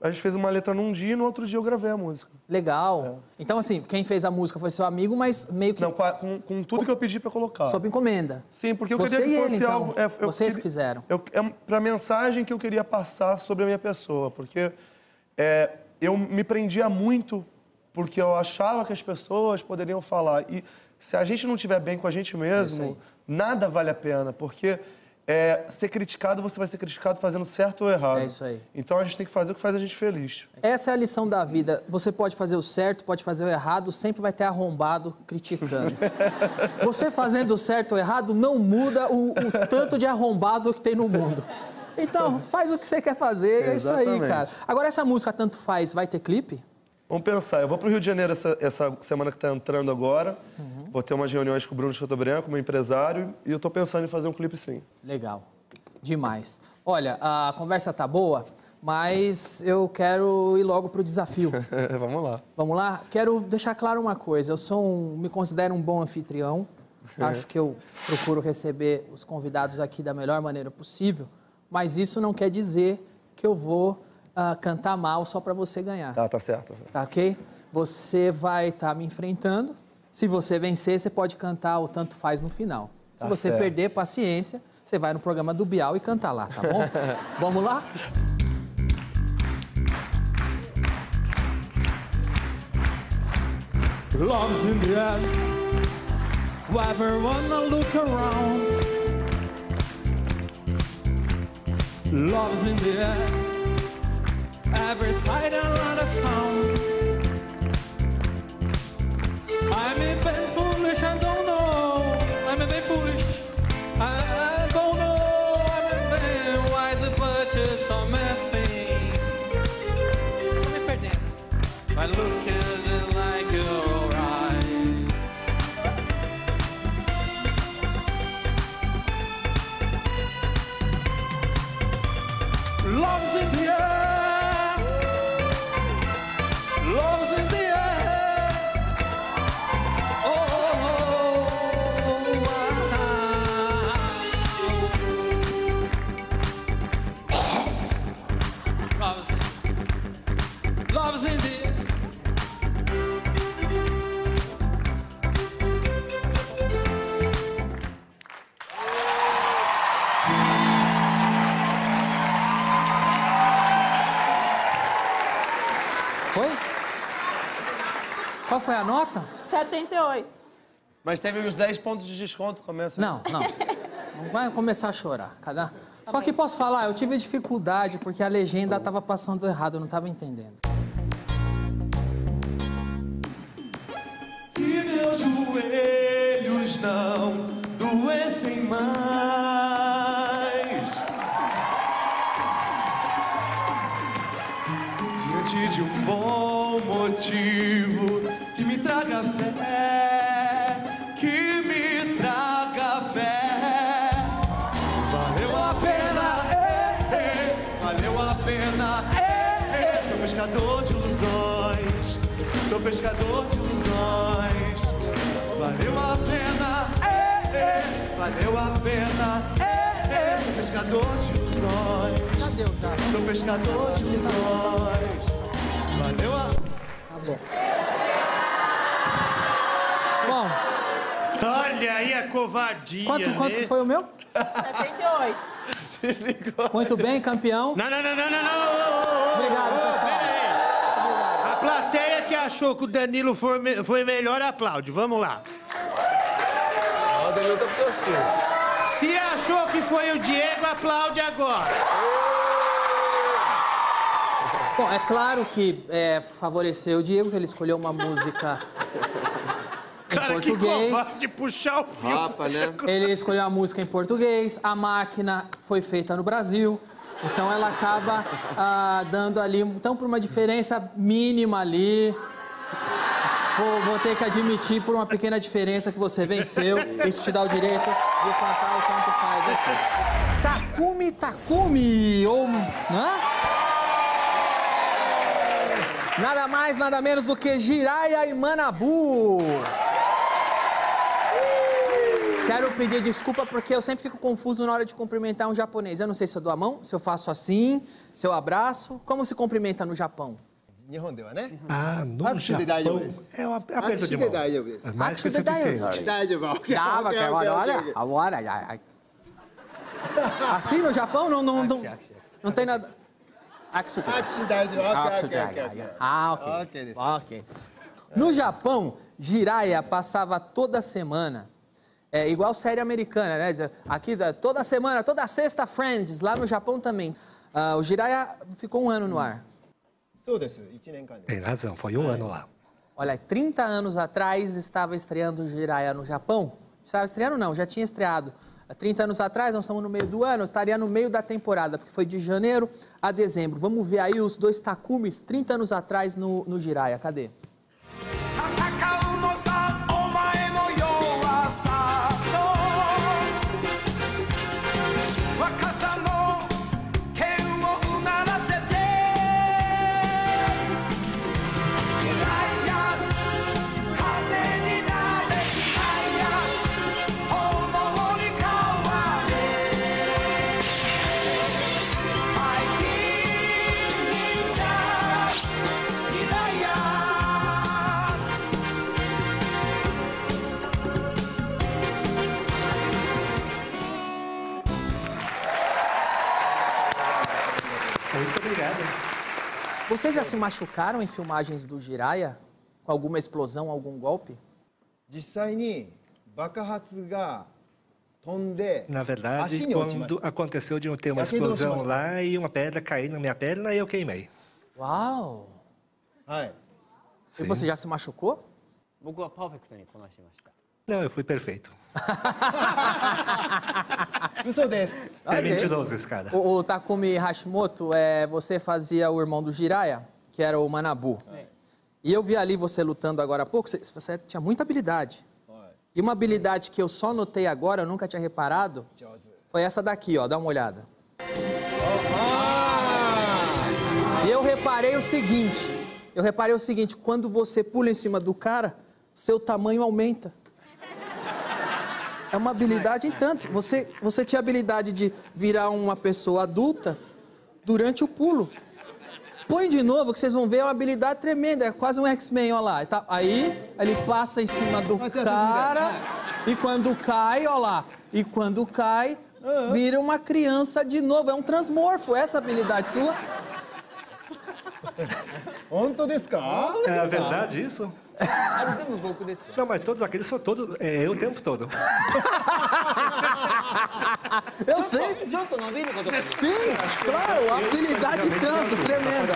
S17: a gente fez uma letra num dia e no outro dia eu gravei a música. É.
S1: Legal. Então, assim, quem fez a música foi seu amigo, mas meio que. Não,
S17: com, tudo que eu pedi pra colocar.
S1: Sob encomenda.
S17: Sim, porque eu
S1: Você
S17: queria
S1: e
S17: que
S1: ele,
S17: fosse
S1: então.
S17: algo. é, eu
S1: Vocês
S17: queria-
S1: fizeram.
S17: Eu, é um- pra mensagem que eu queria passar sobre a minha pessoa, porque é, eu me prendia muito porque eu achava que as pessoas poderiam falar. E se a gente não estiver bem com a gente
S1: É
S17: mesmo, nada vale a pena, porque é, ser criticado, você vai ser criticado fazendo certo ou errado.
S1: É isso aí.
S17: Então a gente tem que fazer o que faz a gente feliz.
S1: Essa é a lição da vida. Você pode fazer o certo, pode fazer o errado, sempre vai ter arrombado criticando. Você fazendo o certo ou errado não muda o, o tanto de arrombado que tem no mundo. Então, faz o que você quer fazer, é isso aí,
S17: Exatamente.
S1: cara. Agora, essa música Tanto Faz, vai ter clipe?
S17: Vamos pensar, eu vou para o Rio de Janeiro essa, essa semana que está entrando agora.
S1: Uhum.
S17: Vou ter umas reuniões com o Bruno Chato Branco, meu empresário, e eu estou pensando em fazer um clipe sim.
S1: Legal. Demais. Olha, a conversa tá boa, mas eu quero ir logo pro desafio.
S17: Vamos lá.
S1: Vamos lá? Quero deixar claro uma coisa. Eu sou um, me considero um bom anfitrião. Acho que eu procuro receber os convidados aqui da melhor maneira possível, mas isso não quer dizer que eu vou ah, cantar mal só pra você ganhar.
S17: Tá, tá certo. tá certo.
S1: Tá ok? Você vai estar me enfrentando. Se você vencer, você pode cantar o Tanto Faz no final. Se
S17: Tá
S1: você
S17: certo.
S1: perder, paciência, você vai no programa do Bial e canta lá, tá bom? Vamos lá?
S18: Love's in the air. Whoever wanna look around. Love's in the air. Every sight and another sound. I'm a bit foolish, I don't know. I'm a bit foolish. I, I don't know. I'm a bit wise, but just something. I'm a bit my look isn't like your eyes. Love's in the air. Love's in the air. Oh, oh, oh, wow. Love's Love's in the air.
S1: Foi? Qual foi a nota?
S2: 78.
S17: Mas teve uns 10 pontos de desconto, começa.
S1: Não, não. Não vai começar a chorar. Cada... Só que posso falar, eu tive dificuldade porque a legenda tava passando errado, eu não tava entendendo.
S18: Se meus joelhos não doessem mais Diante de um bom motivo que me traga fé Que me traga fé Valeu a pena, eh, eh, valeu a pena, eh, eh. Sou pescador de ilusões, sou pescador de ilusões. Valeu a pena, eh, eh, valeu a pena, eh, eh. Sou pescador de ilusões, sou pescador de ilusões. Valeu a
S1: Bom.
S6: Olha aí a covardia.
S1: Quanto, quanto
S6: né?
S1: que foi o meu?
S2: 78.
S1: Desligou. Muito bem, campeão.
S6: Não, não, não, não, não, não.
S1: Obrigado, pessoal.
S6: A plateia que achou que o Danilo foi, me- foi melhor, aplaude. Vamos lá.
S17: O Danilo tá torcendo.
S6: Se achou que foi o Diego, aplaude agora.
S1: Bom, é claro que é, favoreceu o Diego, que ele escolheu uma música em
S6: Cara, que
S1: português.
S6: covarde de puxar o fio. né?
S17: né?
S1: Ele escolheu a música em português, a máquina foi feita no Brasil. Então ela acaba ah, dando ali, então por uma diferença mínima ali. Vou, vou ter que admitir por uma pequena diferença que você venceu. Isso te dá o direito de cantar o quanto faz aqui. Takumi Takumi, ou... Hã? Nada mais, nada menos do que Jiraiya e Manabu. Quero pedir desculpa porque eu sempre fico confuso na hora de cumprimentar um japonês. Eu não sei se eu dou a mão, se eu faço assim, se eu abraço. Como se cumprimenta no Japão?
S19: 日本ではね。
S6: Ah, no
S19: 握手で大丈夫です。
S6: É uma
S19: 握手で大丈夫です。
S6: Mais
S9: Ah,
S6: que
S19: 大丈夫。OK
S1: 大丈
S19: Ah, OK
S1: 夫
S19: OK
S1: 大
S19: OK
S1: 丈夫 Agora, ai, ai. Assim no Japão não não não, não tem nada. Axo.
S19: 握手大丈夫。OK tá OK OK OK
S1: Ah, ok.
S19: OK です。
S1: OK。No Japão, Jiraiya passava toda semana, é, igual série americana, né? Aqui, da- toda semana, toda sexta, Friends, lá no Japão também. Ah, o Jiraiya ficou um ano no ar.
S19: そうです。一年間で
S6: Tem razão, foi um ano lá.
S1: Olha, 30 anos atrás estava estreando o Jiraiya no Japão. Estava estreando, não, já tinha estreado. Há 30 anos atrás, nós estamos no meio do ano, estaria no meio da temporada, porque foi de janeiro a dezembro. Vamos ver aí os dois Takumis 30 anos atrás no, no Jiraiya. Cadê?
S18: 戦うのさお前の弱さと若さの剣をうならせて嫌いや風になれ嫌いや炎に変われ I give
S1: Obrigado. Vocês já se machucaram em filmagens do Jiraya? Com alguma explosão, algum golpe?
S19: 実際に爆発が飛んで
S20: Na verdade,
S19: Assim, ótimo.
S20: quando aconteceu de eu ter uma
S19: Assim, ótimo.
S20: explosão lá e uma pedra cair na minha perna e eu queimei.
S1: Uau! E você já se machucou?
S21: 僕はパーフェクトにこなしました。
S20: Não, eu fui perfeito.
S19: 嘘です
S20: É mentiroso esse cara.
S1: O, o Takumi Hashimoto, é, você fazia o irmão do Jiraya, que era o Manabu. E eu vi ali você lutando agora há pouco, você, você tinha muita habilidade. E uma habilidade que eu só notei agora, eu nunca tinha reparado, foi essa daqui, ó, dá uma olhada. E eu reparei o seguinte, eu reparei o seguinte, quando você pula em cima do cara, seu tamanho aumenta. É uma habilidade em tanto. Você, você tinha a habilidade de virar uma pessoa adulta durante o pulo. Põe de novo que vocês vão ver, é uma habilidade tremenda. É quase um X-Men, olha lá. Tá- aí ele passa em cima do cara e quando cai, olha lá. E quando cai, vira uma criança de novo. É um transmorfo essa habilidade sua.
S19: 本当ですか
S20: É verdade isso? Não, mas todos aqueles são todos. É eu o tempo todo.
S1: Eu sei.
S21: Junto, não vi no quando
S1: Sim, claro, a
S18: Ah,
S1: habilidade em tanto, tremenda.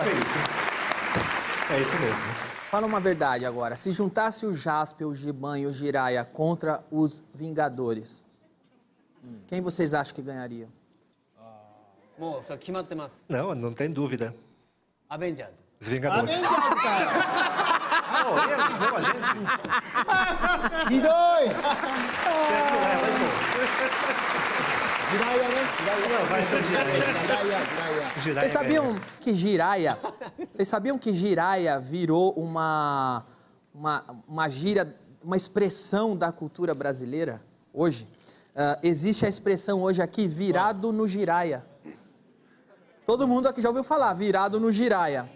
S20: É isso mesmo.
S1: Fala uma verdade agora. Se juntasse o Jasper, o Giban e o Jiraya contra os Vingadores, quem vocês acham que ganharia?
S21: もうそれ決まってます。
S20: Não, não tem dúvida.
S21: アベンジャーズ。
S20: Os
S18: Ah,
S20: Vingadores.
S19: ひどい
S1: né?
S20: Jiraya
S1: Vocês sabiam que Jiraya? Vocês sabiam que Jiraya virou uma, uma, uma gíria, uma expressão da cultura brasileira hoje? Ah, existe a expressão hoje aqui, virado no Jiraya. Todo mundo aqui já ouviu falar, virado no Jiraya.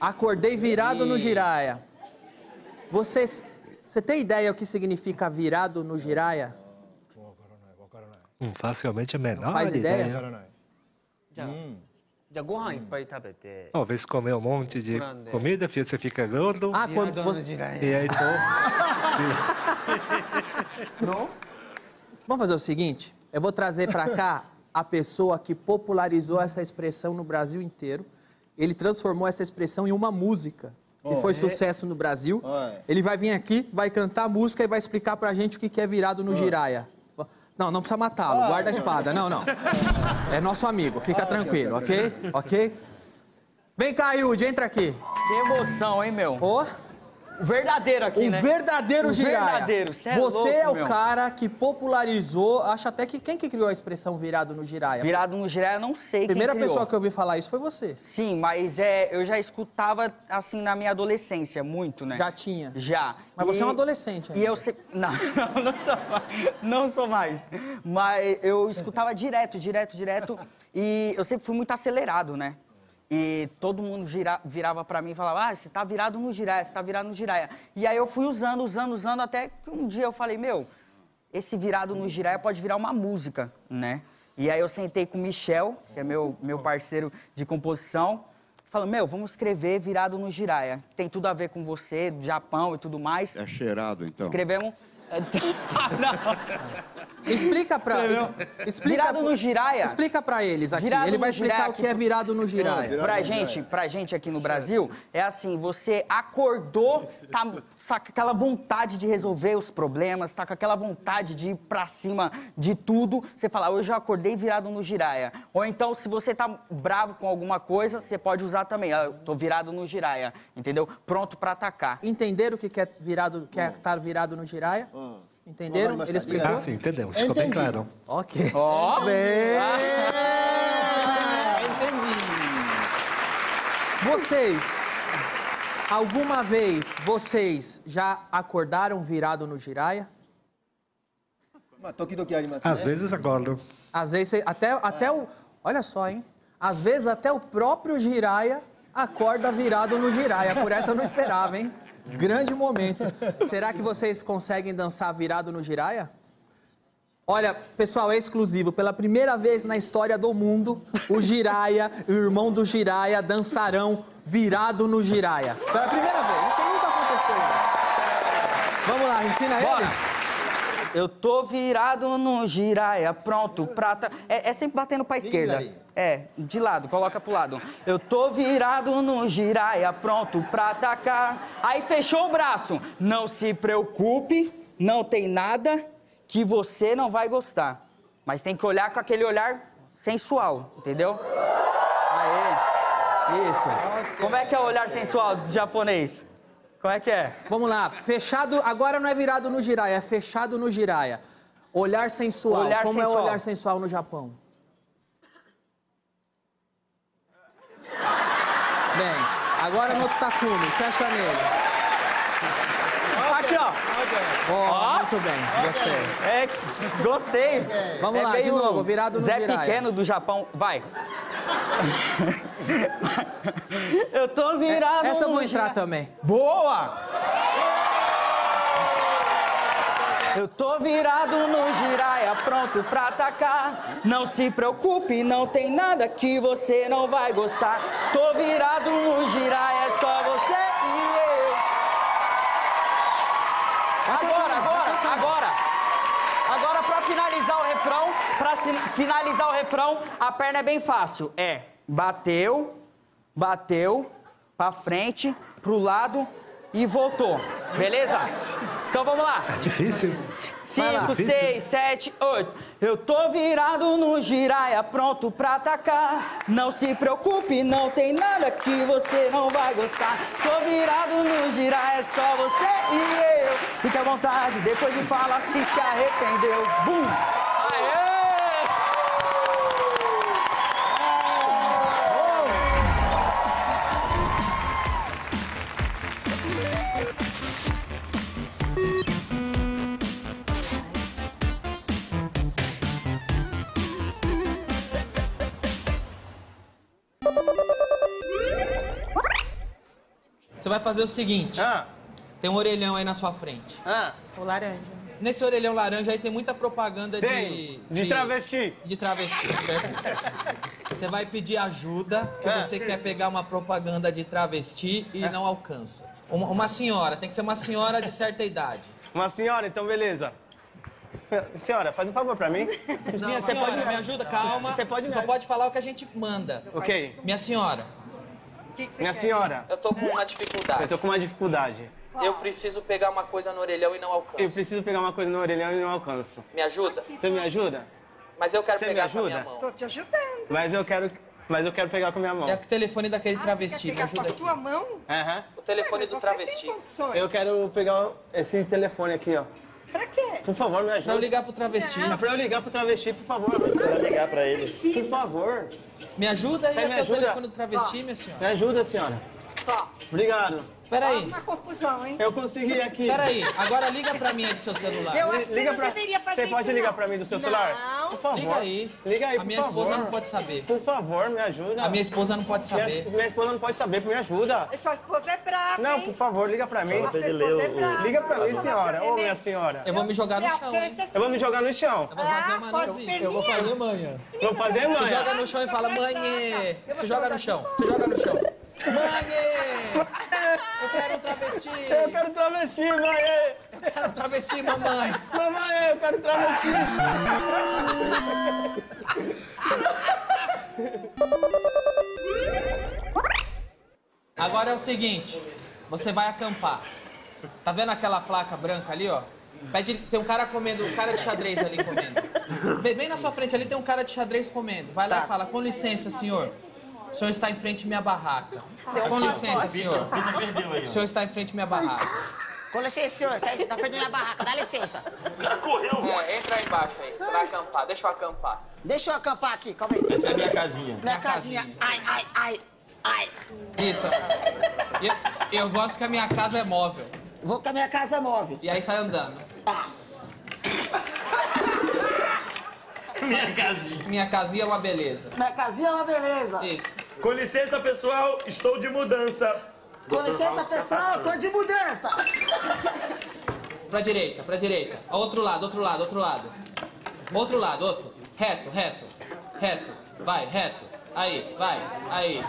S1: Acordei virado no Jiraya. Vocês, você tem ideia o que significa virado no Jiraya?
S20: Hum, facilmente a menor né?
S1: faz ideia?
S20: ideia.
S21: じゃあ、じゃあご飯いっぱい食べて。
S20: Talvez comer um monte de
S21: Grande.
S20: comida, filho, você fica gordo.
S21: Ah, quando Virado você- no Jiraya.
S20: E aí, então...
S1: Vamos fazer o seguinte? Eu vou trazer pra cá a pessoa que popularizou essa expressão no Brasil inteiro. Ele transformou essa expressão em uma música que
S19: Ó.
S1: foi
S19: É.
S1: sucesso no Brasil.
S19: Ó.
S1: Ele vai vir aqui, vai cantar a música e vai explicar pra gente o que que é virado no Jiraya. Não, não precisa matá-lo. Guarda a espada. Não, não. É nosso amigo. Fica tranquilo,
S19: tá
S1: ok? Ok? Vem cá, Yudi. Entra aqui.
S22: Que emoção, hein, meu?
S1: Ó.
S22: O verdadeiro aqui,
S1: O
S22: né?
S1: verdadeiro
S22: o
S1: Jiraya.
S22: verdadeiro, cê é
S1: Você
S22: louco,
S1: é o
S22: meu.
S1: cara que popularizou, acho até que quem que criou a expressão virado no Jiraya?
S22: Virado no Jiraya, eu não sei
S1: Primeira
S22: quem
S1: pessoa
S22: criou.
S1: que eu ouvi falar isso foi você.
S22: Sim, mas é, eu já escutava, assim, na minha adolescência, muito, né?
S1: Já tinha?
S22: Já.
S1: Mas você é um adolescente
S22: E eu sei... Não, não, não sou mais. Não sou mais. Mas eu escutava direto, direto, direto. E eu sempre fui muito acelerado, né? E todo mundo gira- virava pra mim e falava, ah, você tá virado no Jiraya, você tá virado no Jiraya. E aí eu fui usando, usando, usando, até que um dia eu falei, meu, esse virado no Jiraya pode virar uma música, né? E aí eu sentei com o Michel, que é meu, meu parceiro de composição, falando, meu, vamos escrever virado no Jiraya. Tem tudo a ver com você, do Japão e tudo mais.
S4: É cheirado, então.
S22: Escrevemos...
S1: Explica pra...
S22: Entendeu?
S1: Explica
S22: virado no Jiraya.
S1: Explica pra eles aqui.
S22: Virado
S1: Ele vai
S22: no
S1: explicar
S22: Jiraya
S1: o que é
S22: pro-
S1: virado no Jiraya.
S22: Pra gente, pra gente aqui no Brasil, é assim, você acordou, tá sa- com aquela vontade de resolver os problemas, tá com aquela vontade de ir pra cima de tudo, você fala, hoje eu acordei virado no Jiraya. Ou então, se você tá bravo com alguma coisa, você pode usar também, ah, eu tô virado no Jiraya, entendeu? Pronto pra atacar.
S1: Entenderam o que que é virado, que é estar virado no Jiraya? Entenderam? Ele explicou?
S20: Ah, sim, entendemos. Ficou bem claro.
S1: Ok.
S22: Ó,
S1: É, Vocês, alguma vez vocês já acordaram virado no Jiraya?
S19: まあ時々ありますね
S20: Às vezes acordo.
S1: Às vezes, você- até, até o. Olha só, hein? Às vezes até o próprio Jiraya acorda virado no Jiraya. Por essa eu não esperava, hein? Grande momento. Será que vocês conseguem dançar virado no Jiraya? Olha, pessoal, é exclusivo. Pela primeira vez na história do mundo, o Jiraya e o irmão do Jiraya dançarão virado no Jiraya. Pela primeira vez. Isso nunca aconteceu né? antes. Vamos lá, ensina
S22: Bora.
S1: eles.
S22: Eu tô virado no giraia, pronto, prata. É, é sempre batendo pra esquerda. É, de lado, coloca pro lado. Eu tô virado no giraia, pronto pra atacar. Aí fechou o braço. Não se preocupe, não tem nada que você não vai gostar. Mas tem que olhar com aquele olhar sensual, entendeu? Aê, isso. Como é que é o olhar sensual do japonês? Como é que é?
S1: Vamos lá. Fechado, agora não é virado no Jiraya, é fechado no Jiraya. Olhar sensual.
S22: Olhar
S1: Como é o
S22: sensual.
S1: olhar sensual no Japão? Bem, agora no outro Takumi, fecha nele.
S22: Aqui, ó.
S1: Ó, muito bem, gostei.
S22: É, gostei.
S1: Vamos
S22: É
S1: lá, de
S22: meio
S1: novo, virado no
S22: Zé
S1: Jiraya.
S22: Pequeno do Japão, vai. eu tô virado
S1: É, essa eu vou
S22: no
S1: entrar
S22: Jiraya.
S1: também.
S22: Boa! Eu tô virado no giraia, pronto pra atacar. Não se preocupe, não tem nada que você não vai gostar. Tô virado no giraia, é só você e eu. Agora, agora, agora. Agora pra finalizar o refrão, pra sin- finalizar o refrão, a perna é bem fácil. É, bateu, bateu, pra frente, pro lado e voltou. Beleza? Então vamos lá.
S20: É Difícil. É Vai lá.
S22: 5, 6, 7, 8. Eu tô virado no giraia, pronto pra atacar. Não se preocupe, não tem nada que você não vai gostar. Tô virado no giraia, é só você e eu. Fique à vontade, depois me fala se se arrependeu. Bum!
S1: Você vai fazer o seguinte.
S21: Ah.
S1: Tem um orelhão aí na sua frente.
S2: O laranja.
S1: Nesse orelhão laranja aí tem muita propaganda
S2: Tem,
S1: de, de... travesti. De travesti, perfeito. Você vai pedir ajuda, porque
S3: Ah.
S1: você quer pegar uma propaganda de travesti
S21: Ah.
S1: e não alcança. Uma, uma senhora, tem que ser uma senhora de certa idade.
S21: Uma senhora, então beleza. Senhora, faz um favor pra mim.
S1: Não, senhora, me ajuda, calma.
S21: Você pode...
S1: Só pode falar o que a gente manda.
S21: Ok.
S1: Minha senhora.
S21: Minha senhora.
S1: Eu tô com uma dificuldade.
S21: Eu tô com uma dificuldade.
S1: Eu preciso pegar uma coisa no orelhão e não alcanço.
S21: Eu preciso pegar uma coisa no orelhão e não alcanço.
S1: Me ajuda?
S21: Você me ajuda?
S1: Mas eu quero
S21: Você me
S1: pegar com a
S21: ajuda?
S1: minha mão.
S13: Tô te ajudando.
S21: Mas eu quero... Mas eu quero pegar com a minha mão.
S1: É o telefone daquele travesti, me
S13: Ah, Pegar com
S1: ajuda
S13: a
S1: aqui.
S13: sua mão?
S21: Aham.
S1: O telefone do travesti.
S21: Eu quero pegar esse telefone aqui, ó. Pra quê? Por favor, me ajuda.
S1: Pra eu ligar pro travesti.
S21: É pra eu ligar pro travesti, por favor.
S1: Pra ligar pra ele.
S21: Por favor.
S1: Me ajuda aí
S21: Você me
S1: até o
S21: ajuda?
S1: telefone do travesti, minha senhora.
S21: Me ajuda, senhora.
S13: Tá.
S21: Obrigado.
S1: Peraí.
S13: Uma confusão, hein?
S21: Eu consegui aqui.
S1: Peraí, agora liga pra mim aí do seu celular.
S13: Eu acho que você não deveria fazer
S21: Você pode
S13: isso,
S21: ligar
S13: não.
S21: pra mim do seu celular?
S13: Não.
S21: Por favor.
S1: Liga aí.
S21: Liga aí,
S1: A
S21: por
S1: minha
S21: favor.
S1: esposa não pode saber.
S21: Por favor, me ajuda.
S1: A minha esposa não pode
S21: Minha-
S1: saber.
S21: Minha, esposa não pode saber, me ajuda.
S13: Sua esposa é brava,
S21: Não,
S13: hein?
S21: por favor, liga pra mim.
S13: Ela tem de ler o- o-
S21: Liga pra mim,
S13: Nossa,
S21: senhora. Ô,
S13: neném.
S21: minha senhora.
S1: Eu vou me jogar no
S13: Você
S1: chão.
S13: alcança
S21: Eu vou me jogar no chão.
S13: Ah, pode ser minha.
S1: manha.
S21: Vou fazer
S1: Você
S21: manha.
S1: joga no chão e fala, manhê. Você joga no chão. Você joga no chão. Manhê! Eu quero um travesti.
S21: Eu quero um travesti, mãe.
S1: Eu quero um travesti, mamãe.
S21: Mamãe, eu quero um travesti.
S1: Agora é o seguinte, você vai acampar. Tá vendo aquela placa branca ali, ó? Pede- tem um cara comendo, um cara de xadrez ali comendo. Bem, bem na sua frente ali tem um cara de xadrez comendo. Vai lá e fala, com licença, senhor. O senhor está em frente à minha barraca. Com licença, senhor. O senhor está em frente à minha barraca.
S7: Com licença, senhor, tá na frente da minha barraca, dá licença.
S1: O cara correu. É, entra aí embaixo aí, você vai acampar. Deixa eu acampar.
S7: Deixa eu acampar aqui, calma aí.
S23: Essa é a minha casinha.
S7: Minha casinha. Ai, ai, ai, ai.
S1: Isso. Eu, eu gosto que a minha casa é móvel.
S7: Vou com a minha casa é móvel. Tá.
S1: E aí sai andando.
S23: Minha casinha.
S1: Minha casinha é uma beleza.
S7: Minha casinha é uma beleza.
S1: Isso.
S23: Com licença, pessoal, estou de mudança.
S7: Com licença, pessoal, tô de mudança.
S1: Pra direita, pra direita. Outro lado, outro lado, outro lado. Outro lado, outro. Reto, reto, reto. Vai, reto. Aí, vai, aí.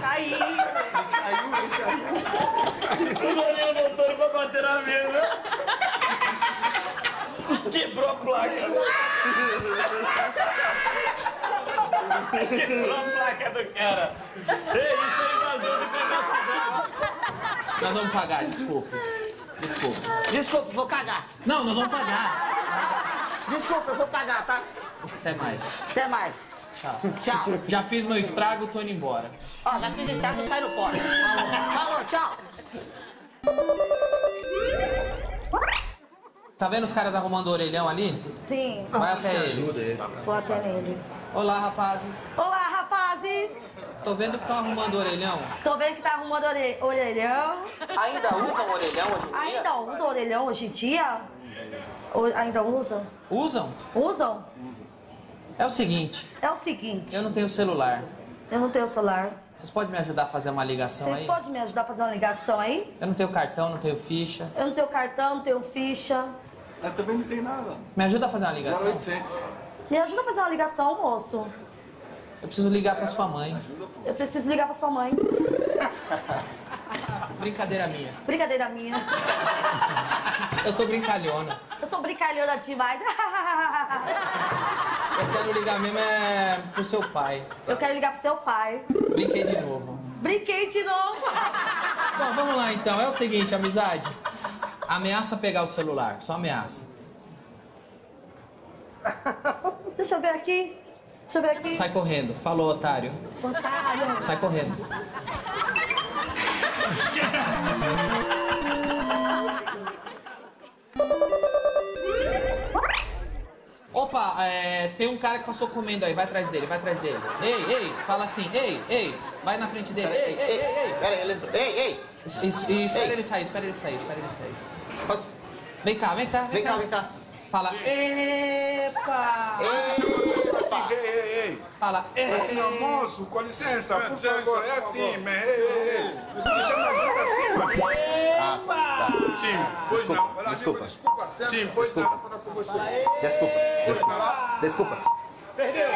S24: Caiu, caiu,
S23: O goleiro botou ele pra bater na mesa. Quebrou a placa. Quebrou a placa do cara. É isso, é invasão de privacidade.
S1: Nós vamos pagar, desculpa. Desculpa.
S14: Desculpa, vou cagar.
S1: Não, nós vamos pagar.
S14: Desculpa, eu vou cagar, tá?
S1: Até mais.
S14: Até mais. Tchau.
S1: Já fiz meu estrago, tô indo embora.
S14: Ó, já fiz estrago, sai no fora. Falou, tchau.
S1: Tá vendo os caras arrumando o orelhão ali?
S9: Sim.
S1: Vai até eles.
S9: Vou até neles.
S1: Olá, rapazes.
S9: Olá, rapazes!
S1: Tô vendo que estão arrumando o orelhão.
S9: Tô vendo que tá arrumando ore- orelhão.
S1: Ainda usam orelhão hoje em dia?
S9: Ainda usam orelhão hoje em dia? Ou ainda usam?
S1: Usam?
S9: Usam?
S1: É o seguinte,
S9: É o seguinte,
S1: eu não tenho celular.
S9: eu não tenho celular.
S1: Vocês podem me ajudar a fazer uma ligação
S9: Vocês
S1: aí?
S9: podem me ajudar a fazer uma ligação aí?
S1: Eu não tenho cartão, não tenho ficha.
S9: Eu não tenho cartão, não tenho ficha. Eu É, também não tenho nada.
S1: Me ajuda a fazer uma ligação?
S9: Me ajuda a fazer uma ligação, moço.
S1: Eu preciso ligar pra sua mãe.
S9: Eu preciso ligar pra sua mãe.
S1: Brincadeira minha.
S9: Brincadeira minha.
S1: Eu sou brincalhona.
S9: Eu sou brincalhona demais.
S1: Eu quero ligar mesmo é pro seu pai.
S9: Eu quero ligar pro seu pai.
S1: Brinquei de novo.
S9: Brinquei de novo.
S1: Bom, vamos lá então. É o seguinte, amizade. Ameaça pegar o celular. Só ameaça.
S9: Deixa eu ver aqui. Deixa eu ver aqui.
S1: Sai correndo. Falou, otário.
S9: Otário.
S1: Sai correndo. Opa, é, tem um cara que passou comendo aí, vai atrás dele, vai atrás dele. Ei, ei, fala assim, ei, ei, vai na frente dele. Ei, ei, ei, ei. Pera aí, ele entrou. Ei, ei. E espera ele sair, espera ele sair, espera ele sair. Vem cá, vem cá, vem, cá. Vem cá, Fala, epa.
S18: Ei, ei, ei.
S1: Fala, ei,
S18: Mas, meu moço, com licença, por favor, é assim, man. Ei, ei, ei. Você chama a gente assim, man. Tim, pois não. Ela
S25: Desculpa.
S18: desculpa, certo? Tim, pois não. Vou falar com você.
S25: Desculpa. Desculpa. Desculpa.
S18: Perdeu.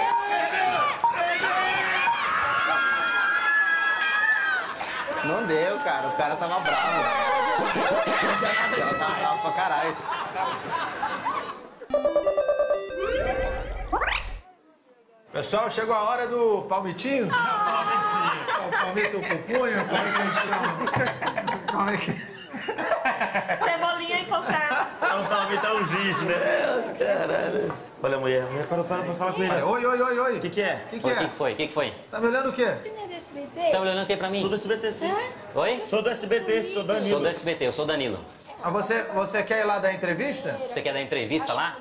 S25: Não deu, cara. O cara tava bravo. O cara tava bravo pra caralho.
S6: Pessoal, chegou a hora do palmitinho.
S17: Ah!
S6: palmitinho. Palmito com punho, é palmito com chão.
S2: Cebolinha e conserva.
S6: É um palmitão giz, né? Caralho. Olha a mulher, a mulher parou, parou pra falar com ele. Oi, oi, oi, oi. O que, que é? O que, que
S26: Oi,
S6: é?
S26: que que foi? O que, que foi?
S6: Tá me olhando o quê?
S26: Você tá olhando o que pra mim?
S6: Sou do SBT, sim.
S26: Oi?
S6: Sou do SBT, sou Danilo.
S26: Sou do SBT, eu sou Danilo.
S6: Ah, você, você quer ir lá dar entrevista?
S26: Você quer dar entrevista lá?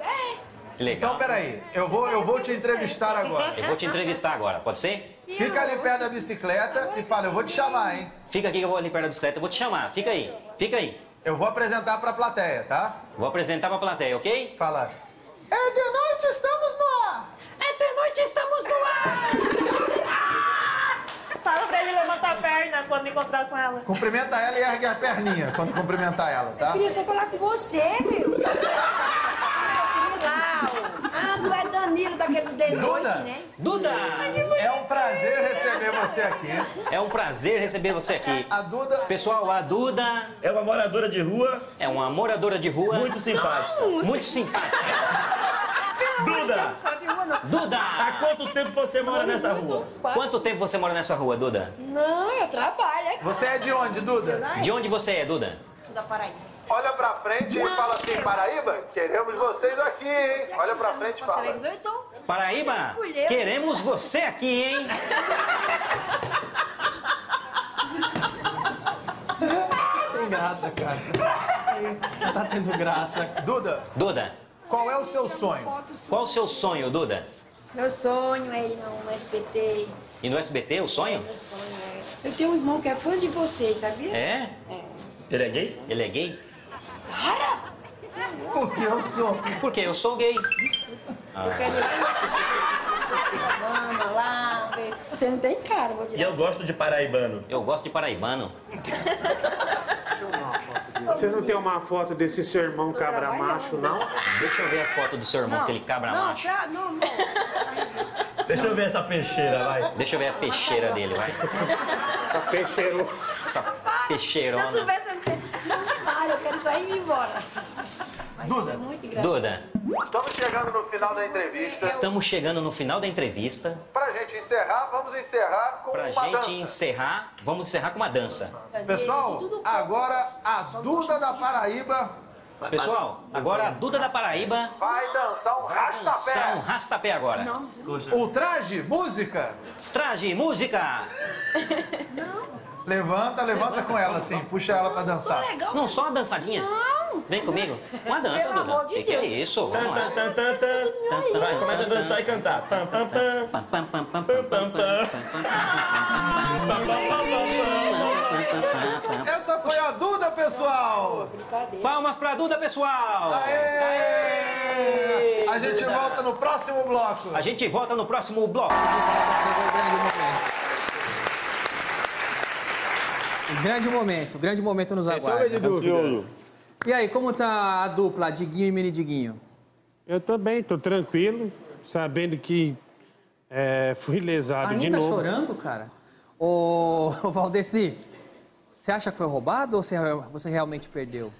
S8: É.
S26: Que Legal.
S6: Então, peraí, eu vou, eu vou te entrevistar agora.
S26: Eu vou te entrevistar agora, pode ser?
S6: Fica ali perto da bicicleta e fala, eu vou te chamar, hein?
S26: Fica aqui que eu vou ali perto da bicicleta, eu vou te chamar. Fica aí, fica aí.
S6: Eu vou apresentar pra plateia, tá?
S26: Vou apresentar pra plateia, ok?
S6: Fala.
S24: É de noite, estamos no ar. É de noite, estamos no ar.
S2: Fala pra ele levantar a perna quando encontrar com ela.
S6: Cumprimenta ela e ergue a perninha quando cumprimentar ela, tá?
S2: Queria só falar com você, meu.
S8: Ah, não é Danilo daquele de
S6: Duda?
S8: noite, né?
S26: Duda!
S6: É um prazer receber você aqui.
S26: É um prazer receber você aqui.
S6: A Duda.
S26: Pessoal, a Duda.
S6: É uma moradora de rua.
S26: É uma moradora de rua.
S23: Muito simpática.
S26: Muito simpática.
S23: Duda!
S26: Duda!
S23: Há quanto tempo você mora nessa rua?
S26: Quanto tempo você mora nessa rua, Duda?
S8: Não, eu trabalho. é
S6: Você é de onde, Duda?
S26: De onde você é, Duda?
S8: Da Paraíba.
S6: Olha pra frente e fala assim, Paraíba, queremos vocês aqui, hein? Olha pra frente e fala.
S18: é
S26: Paraíba,
S8: Mulher.
S26: queremos você aqui, hein?
S6: Tem graça, cara. Não tá tendo graça. Duda,
S26: Duda,
S6: qual é o seu sonho?
S26: qual o seu sonho, Duda?
S8: Meu sonho é ir no SBT.
S26: E no SBT, o sonho?
S8: Meu sonho é. Eu tenho um irmão que é fã de vocês, sabia?
S26: É? Ele é gay? Ele é gay?
S21: É.
S6: Porque eu sou.
S26: Porque eu sou gay. Ah.
S8: Eu quero ir lá em Mama, lá. ver. Você não tem cara, vou dizer.
S26: eu gosto de paraibano. Eu gosto de paraibano.
S27: Você não tem uma foto desse seu irmão cabra macho, não?
S26: Deixa eu ver a foto do seu irmão, aquele cabra
S28: não,
S26: macho.
S28: pra- não, não.
S26: Deixa eu ver essa peixeira, vai. Deixa eu ver a peixeira dele, vai. Essa peixeiro. Essa
S28: Se eu
S26: peixeirona.
S28: soubesse, eu não queria- não para, eu quero já ir embora. Mas Duda. É muito engraçado.
S26: Duda,
S27: Estamos chegando no final da entrevista.
S26: estamos chegando no final da entrevista.
S27: Pra gente encerrar, vamos encerrar com
S26: Pra
S27: uma
S26: gente
S27: dança.
S26: encerrar, vamos encerrar com uma dança.
S27: Pessoal, agora a Duda da Paraíba
S26: Pessoal, agora a Duda da Paraíba
S27: vai dançar um
S26: São
S27: rastapé.
S26: Rastapé agora.
S27: O traje, música.
S26: Traje, música.
S27: Levanta, levanta com ela assim, puxa ela pra dançar.
S26: Não, só uma dançadinha. um Vem comigo. Uma dança,
S23: Pelo
S26: Duda.
S23: amor de
S26: que, que é
S23: Deus.
S26: isso? Vamos lá.
S23: Vai, começa a dançar e cantar. Pam, pam, pam. Pam, pam, pam, pam, pam, pam, pam.
S27: Essa foi a Duda, pessoal.
S26: Palmas pra Duda, pessoal.
S27: Aê! A gente volta no próximo bloco.
S26: A gente volta no próximo bloco.
S1: Grande momento, grande momento nos
S8: sombra de
S1: aguarda.
S8: dúvida.
S1: E aí, como tá a dupla Diguinho e Minidiguinho?
S5: Eu tô bem, tô tranquilo, sabendo que é, fui lesado de
S1: Ainda
S5: novo.
S1: chorando, cara? Ô, Valdeci, você acha que foi roubado ou você, é, você realmente perdeu?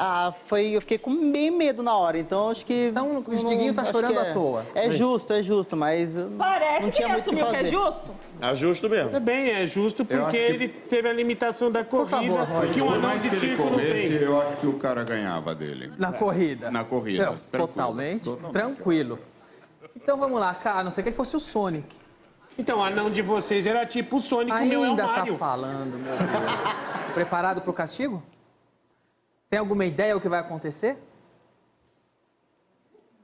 S10: Ah, foi. Eu fiquei com bem medo na hora, então acho que. Então
S1: o Diguinho tá chorando à toa.
S10: É
S1: Isso.
S10: justo, é justo, mas. eu não-
S28: Parece
S10: não
S28: que
S10: tinha
S28: ele
S10: muito o que
S28: assumiu que é
S10: fazer.
S28: justo.
S5: É justo mesmo. É bem, é justo
S4: Eu acho
S5: porque
S4: que-
S5: ele teve a limitação da corrida, que
S1: é
S5: um
S4: Por
S5: anão
S4: mais
S5: de
S4: que ele
S5: circo não
S4: corresse,
S5: tem.
S4: eu acho que o cara ganhava dele.
S1: Na corrida?
S4: Na corrida.
S1: Não, totalmente, tranquilo. Então vamos lá, cara, a não ser que ele fosse o Sonic.
S5: Então, o anão de vocês era tipo o Sonic, o meu é o
S1: Ainda tá
S5: Mario.
S1: falando, meu Deus. Preparado pro castigo? Tem alguma ideia o que vai acontecer?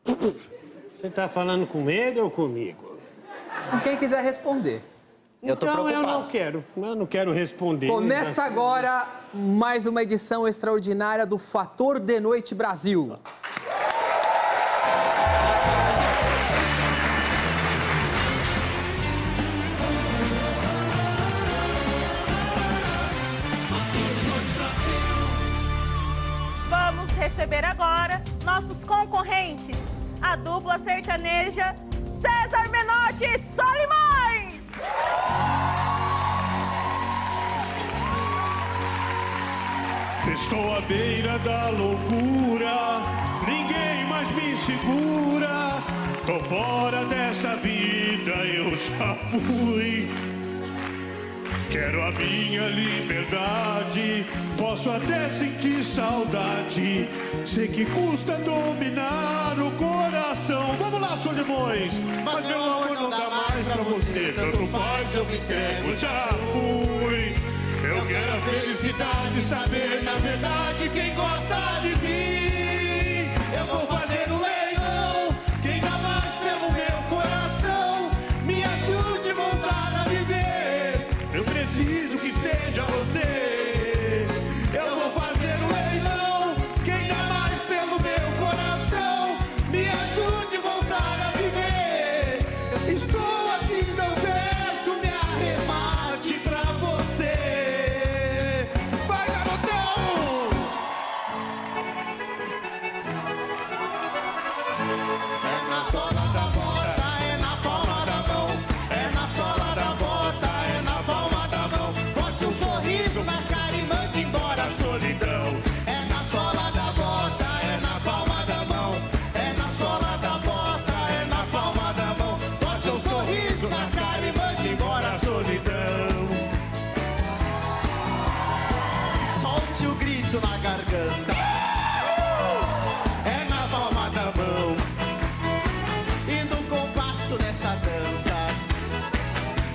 S5: Você tá falando com ele ou comigo?
S1: Com quem quiser responder.
S5: Eu tô Então, eu preocupado. não quero. Eu não quero responder.
S1: Começa
S5: Né?
S1: agora mais uma edição extraordinária do Fator de Noite Brasil.
S2: Vamos receber agora nossos concorrentes, a dupla sertaneja César Menotti e Solimões.
S5: Estou à beira da loucura, ninguém mais me segura. Tô fora dessa vida, eu já fui. Quero a minha liberdade, posso até sentir saudade. Sei que custa dominar o coração. Vamos lá, Solimões! Mas, meu amor não dá mais pra você, tanto faz, eu me entrego, já fui. Eu quero a felicidade, saber na verdade quem gosta de mim. Eu vou fazer um leilão, quem dá mais pelo meu coração, me ajude a voltar a viver. Eu preciso que seja você. Eu vou fazer um leilão, quem dá mais pelo meu coração, me ajude a voltar a viver. Estou aqui, Alberto, me arremate pra você. Vai, garotão!
S18: É na sola da bota, é na palma da mão. É na sola da bota, é na palma da mão. Bote um sorriso na cara e manda embora a solidão. É na sola da bota, é na palma da mão. É na sola da bota, é na palma da mão. Bote um sorriso na cara e manda embora a solidão. Solte o grito na garganta. É na palma da mão. E no compasso dessa dança,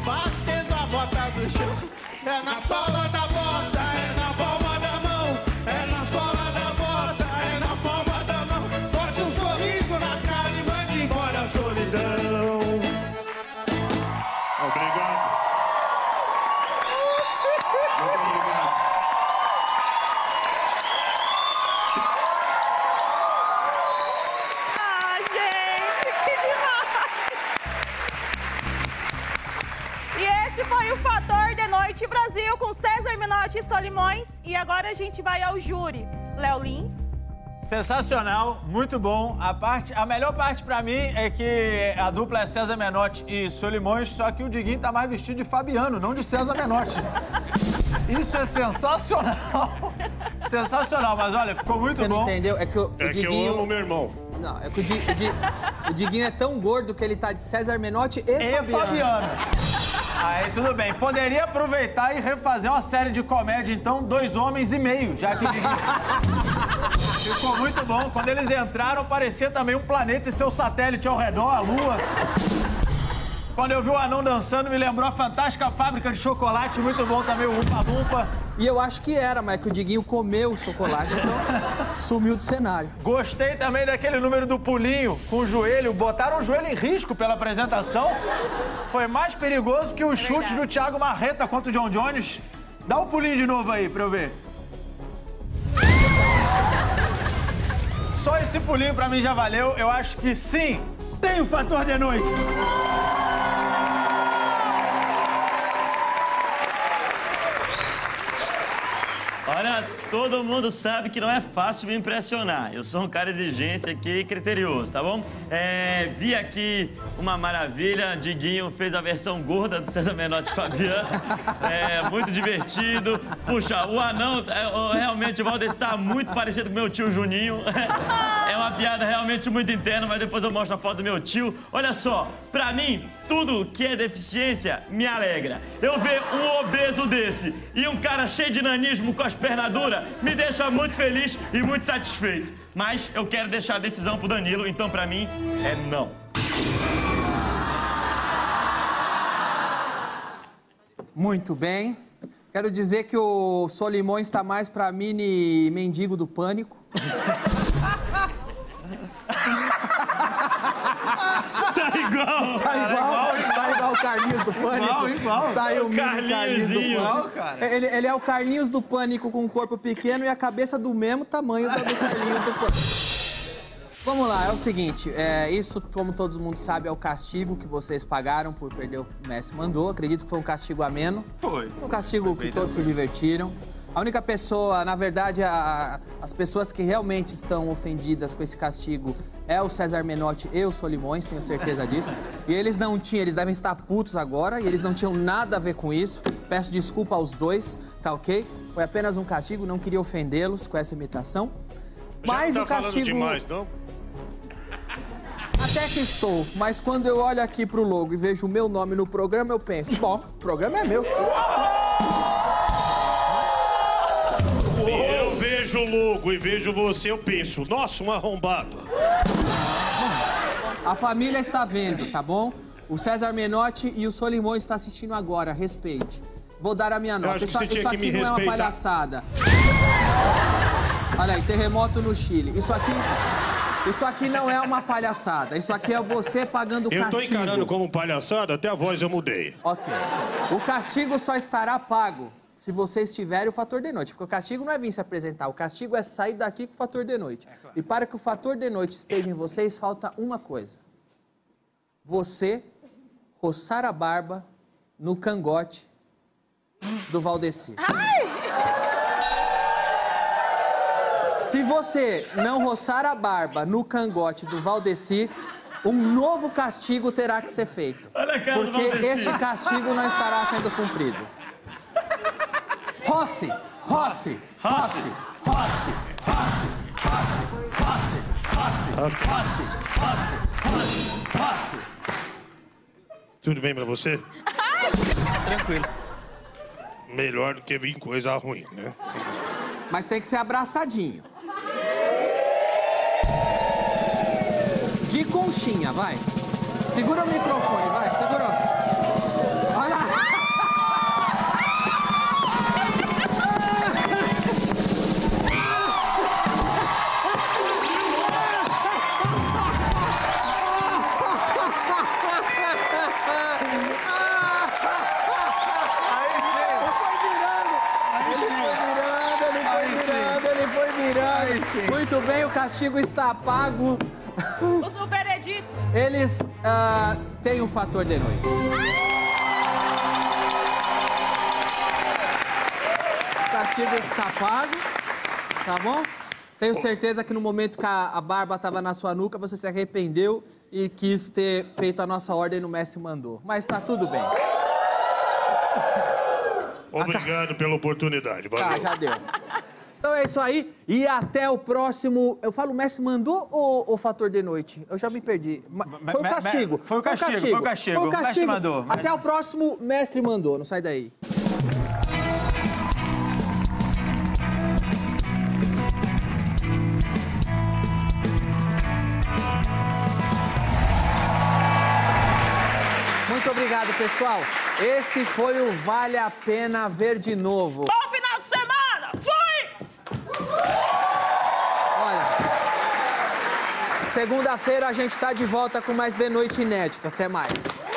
S18: batendo a bota do chão. É na sola da bota, é na palma da mão. É na sola da bota, é na palma da mão. Bote um sorriso na cara e manda embora a solidão.
S5: Obrigado.
S18: Obrigado.
S2: Menotti e Solimões. E agora a gente vai ao júri. Léo Lins.
S6: Sensacional, muito bom. A, parte, a melhor parte pra mim é que a dupla é César Menotti e Solimões, só que o Diguinho tá mais vestido de Fabiano, não de César Menotti. Isso é sensacional. Sensacional, mas olha, ficou muito
S1: Você
S6: bom.
S1: não entendeu? É que o, o
S6: É que eu
S1: Diguinho...
S6: amo meu
S1: irmão. Não, é que o, Di, o Di- o Diguinho é tão gordo que ele tá de César Menotti e,
S6: E Fabiano. Aí tudo bem. Poderia aproveitar e refazer uma série de comédia, então, dois homens e meio, já que. Ficou muito bom. Quando eles entraram, parecia também um planeta e seu satélite ao redor, a Lua. Quando eu vi o anão dançando, me lembrou a fantástica fábrica de chocolate, muito bom também, o Umpa Lumpa.
S1: E eu acho que era, mas é que o Diguinho comeu o chocolate, então sumiu do cenário.
S6: Gostei também daquele número do pulinho com o joelho. Botaram o joelho em risco pela apresentação. Foi mais perigoso que os chutes do Thiago Marreta contra o John Jones. Dá o pulinho de novo aí pra eu ver. Só esse pulinho pra mim já valeu. Eu acho que sim, tem o fator de noite.
S23: Olha, todo mundo sabe que não é fácil me impressionar. Eu sou um cara exigência aqui e criterioso, tá bom? É, vi aqui uma maravilha. Diguinho fez a versão gorda do César Menotti e Fabiano. É, muito divertido. Puxa, o anão, é, o- realmente, o Valdez está muito parecido com meu tio Juninho. É uma piada realmente muito interna, mas depois eu mostro a foto do meu tio. Olha só, pra mim, tudo que é deficiência me alegra. Eu ver um obeso desse e um cara cheio de nanismo com as pernas duras me deixa muito feliz e muito satisfeito. Mas eu quero deixar a decisão pro Danilo, então pra mim é não.
S1: Muito bem. Quero dizer que o Solimões está mais pra mini mendigo do pânico.
S23: Tá igual!
S1: Tá igual,
S23: Cara, igual,
S1: tá igual o Carlinhos do Pânico.
S23: Igual, igual.
S1: Tá aí o
S23: O
S1: mini Carlinhos do Pânico.
S23: Carlinhozinho. Igual, cara.
S1: Ele, ele é o Carlinhos do Pânico com um corpo pequeno e a cabeça do mesmo tamanho da do Carlinhos do Pânico. Vamos lá, é o seguinte, é, isso, como todo mundo sabe, é o castigo que vocês pagaram por perder o que o Messi mandou. Acredito que foi um castigo ameno.
S23: Foi.
S1: Um castigo que todos se divertiram. A única pessoa, na verdade, a- as pessoas que realmente estão ofendidas com esse castigo é o César Menotti e o Solimões, tenho certeza disso. E eles não tinham, eles devem estar putos agora e eles não tinham nada a ver com isso. Peço desculpa aos dois, tá ok? Foi apenas um castigo, não queria ofendê-los com essa imitação. Mas
S8: Já
S1: o
S8: não tá
S1: um castigo.
S8: falando demais, não?
S1: Até que estou, mas quando eu olho aqui pro logo e vejo o meu nome no programa, eu penso, bom, o programa é meu.
S8: Eu vejo o logo e vejo você, eu penso, nossa, um arrombado.
S1: A família está vendo, tá bom? O César Menotti e o Solimão estão assistindo agora, respeite. Vou dar a minha nota.
S8: acho que
S1: isso
S8: você tinha
S1: isso
S8: que
S1: aqui
S8: me
S1: não é uma
S8: respeitar.
S1: palhaçada. Olha aí, terremoto no Chile. Isso aqui. Isso aqui não é uma palhaçada. Isso aqui é você pagando
S8: Eu tô
S1: castigo.
S8: encarando como palhaçada, até a voz eu mudei.
S1: Ok. O castigo só estará pago se vocês tiverem o fator de noite. Porque o castigo não é vir se apresentar, o castigo é sair daqui com o fator de noite.
S23: É,
S1: E para que o fator de noite esteja em vocês, falta uma coisa: você roçar a barba no cangote do Valdeci. Se você não roçar a barba no cangote do Valdeci, um novo castigo terá que ser feito.
S23: Olha a cara do
S1: porque
S23: Valdeci.
S1: este castigo não estará sendo cumprido. Rossi! Rossi! Rossi! Rossi! Rossi! Rossi! Rossi! Rossi! Rossi! Rossi! Rossi! Rossi!
S8: Tudo bem pra você?
S1: Tranquilo.
S8: Melhor do que vir coisa ruim, né?
S1: Mas tem que ser abraçadinho. De conchinha, vai. Segura o microfone, vai, segura. Olha lá. Ele foi virando, ele foi virando. Muito bem, o castigo está pago.
S2: O super edito.
S1: Eles ah, têm um fator de noite. castigo está pago, tá bom? Tenho certeza que no momento que a, a barba estava na sua nuca, você se arrependeu e quis ter feito a nossa ordem no mestre mandou. Mas tá tudo bem.
S8: Obrigado pela oportunidade. Valeu.
S1: Tá, já deu. Então é isso aí e até o próximo. Eu falo, o mestre mandou ou o fator de noite? Eu já me perdi. Ma- Foi o
S6: me- me-
S1: castigo.
S6: foi o castigo, foi o castigo.
S1: Foi o
S6: O mestre
S1: castigo.
S6: mandou.
S1: Até o próximo, mestre mandou. Não sai daí. Muito obrigado, pessoal. Esse foi o Vale a Pena Ver de Novo.
S2: Bom final de semana! Fui!
S1: Segunda-feira a gente tá de volta com mais The Noite Inédito. Até mais.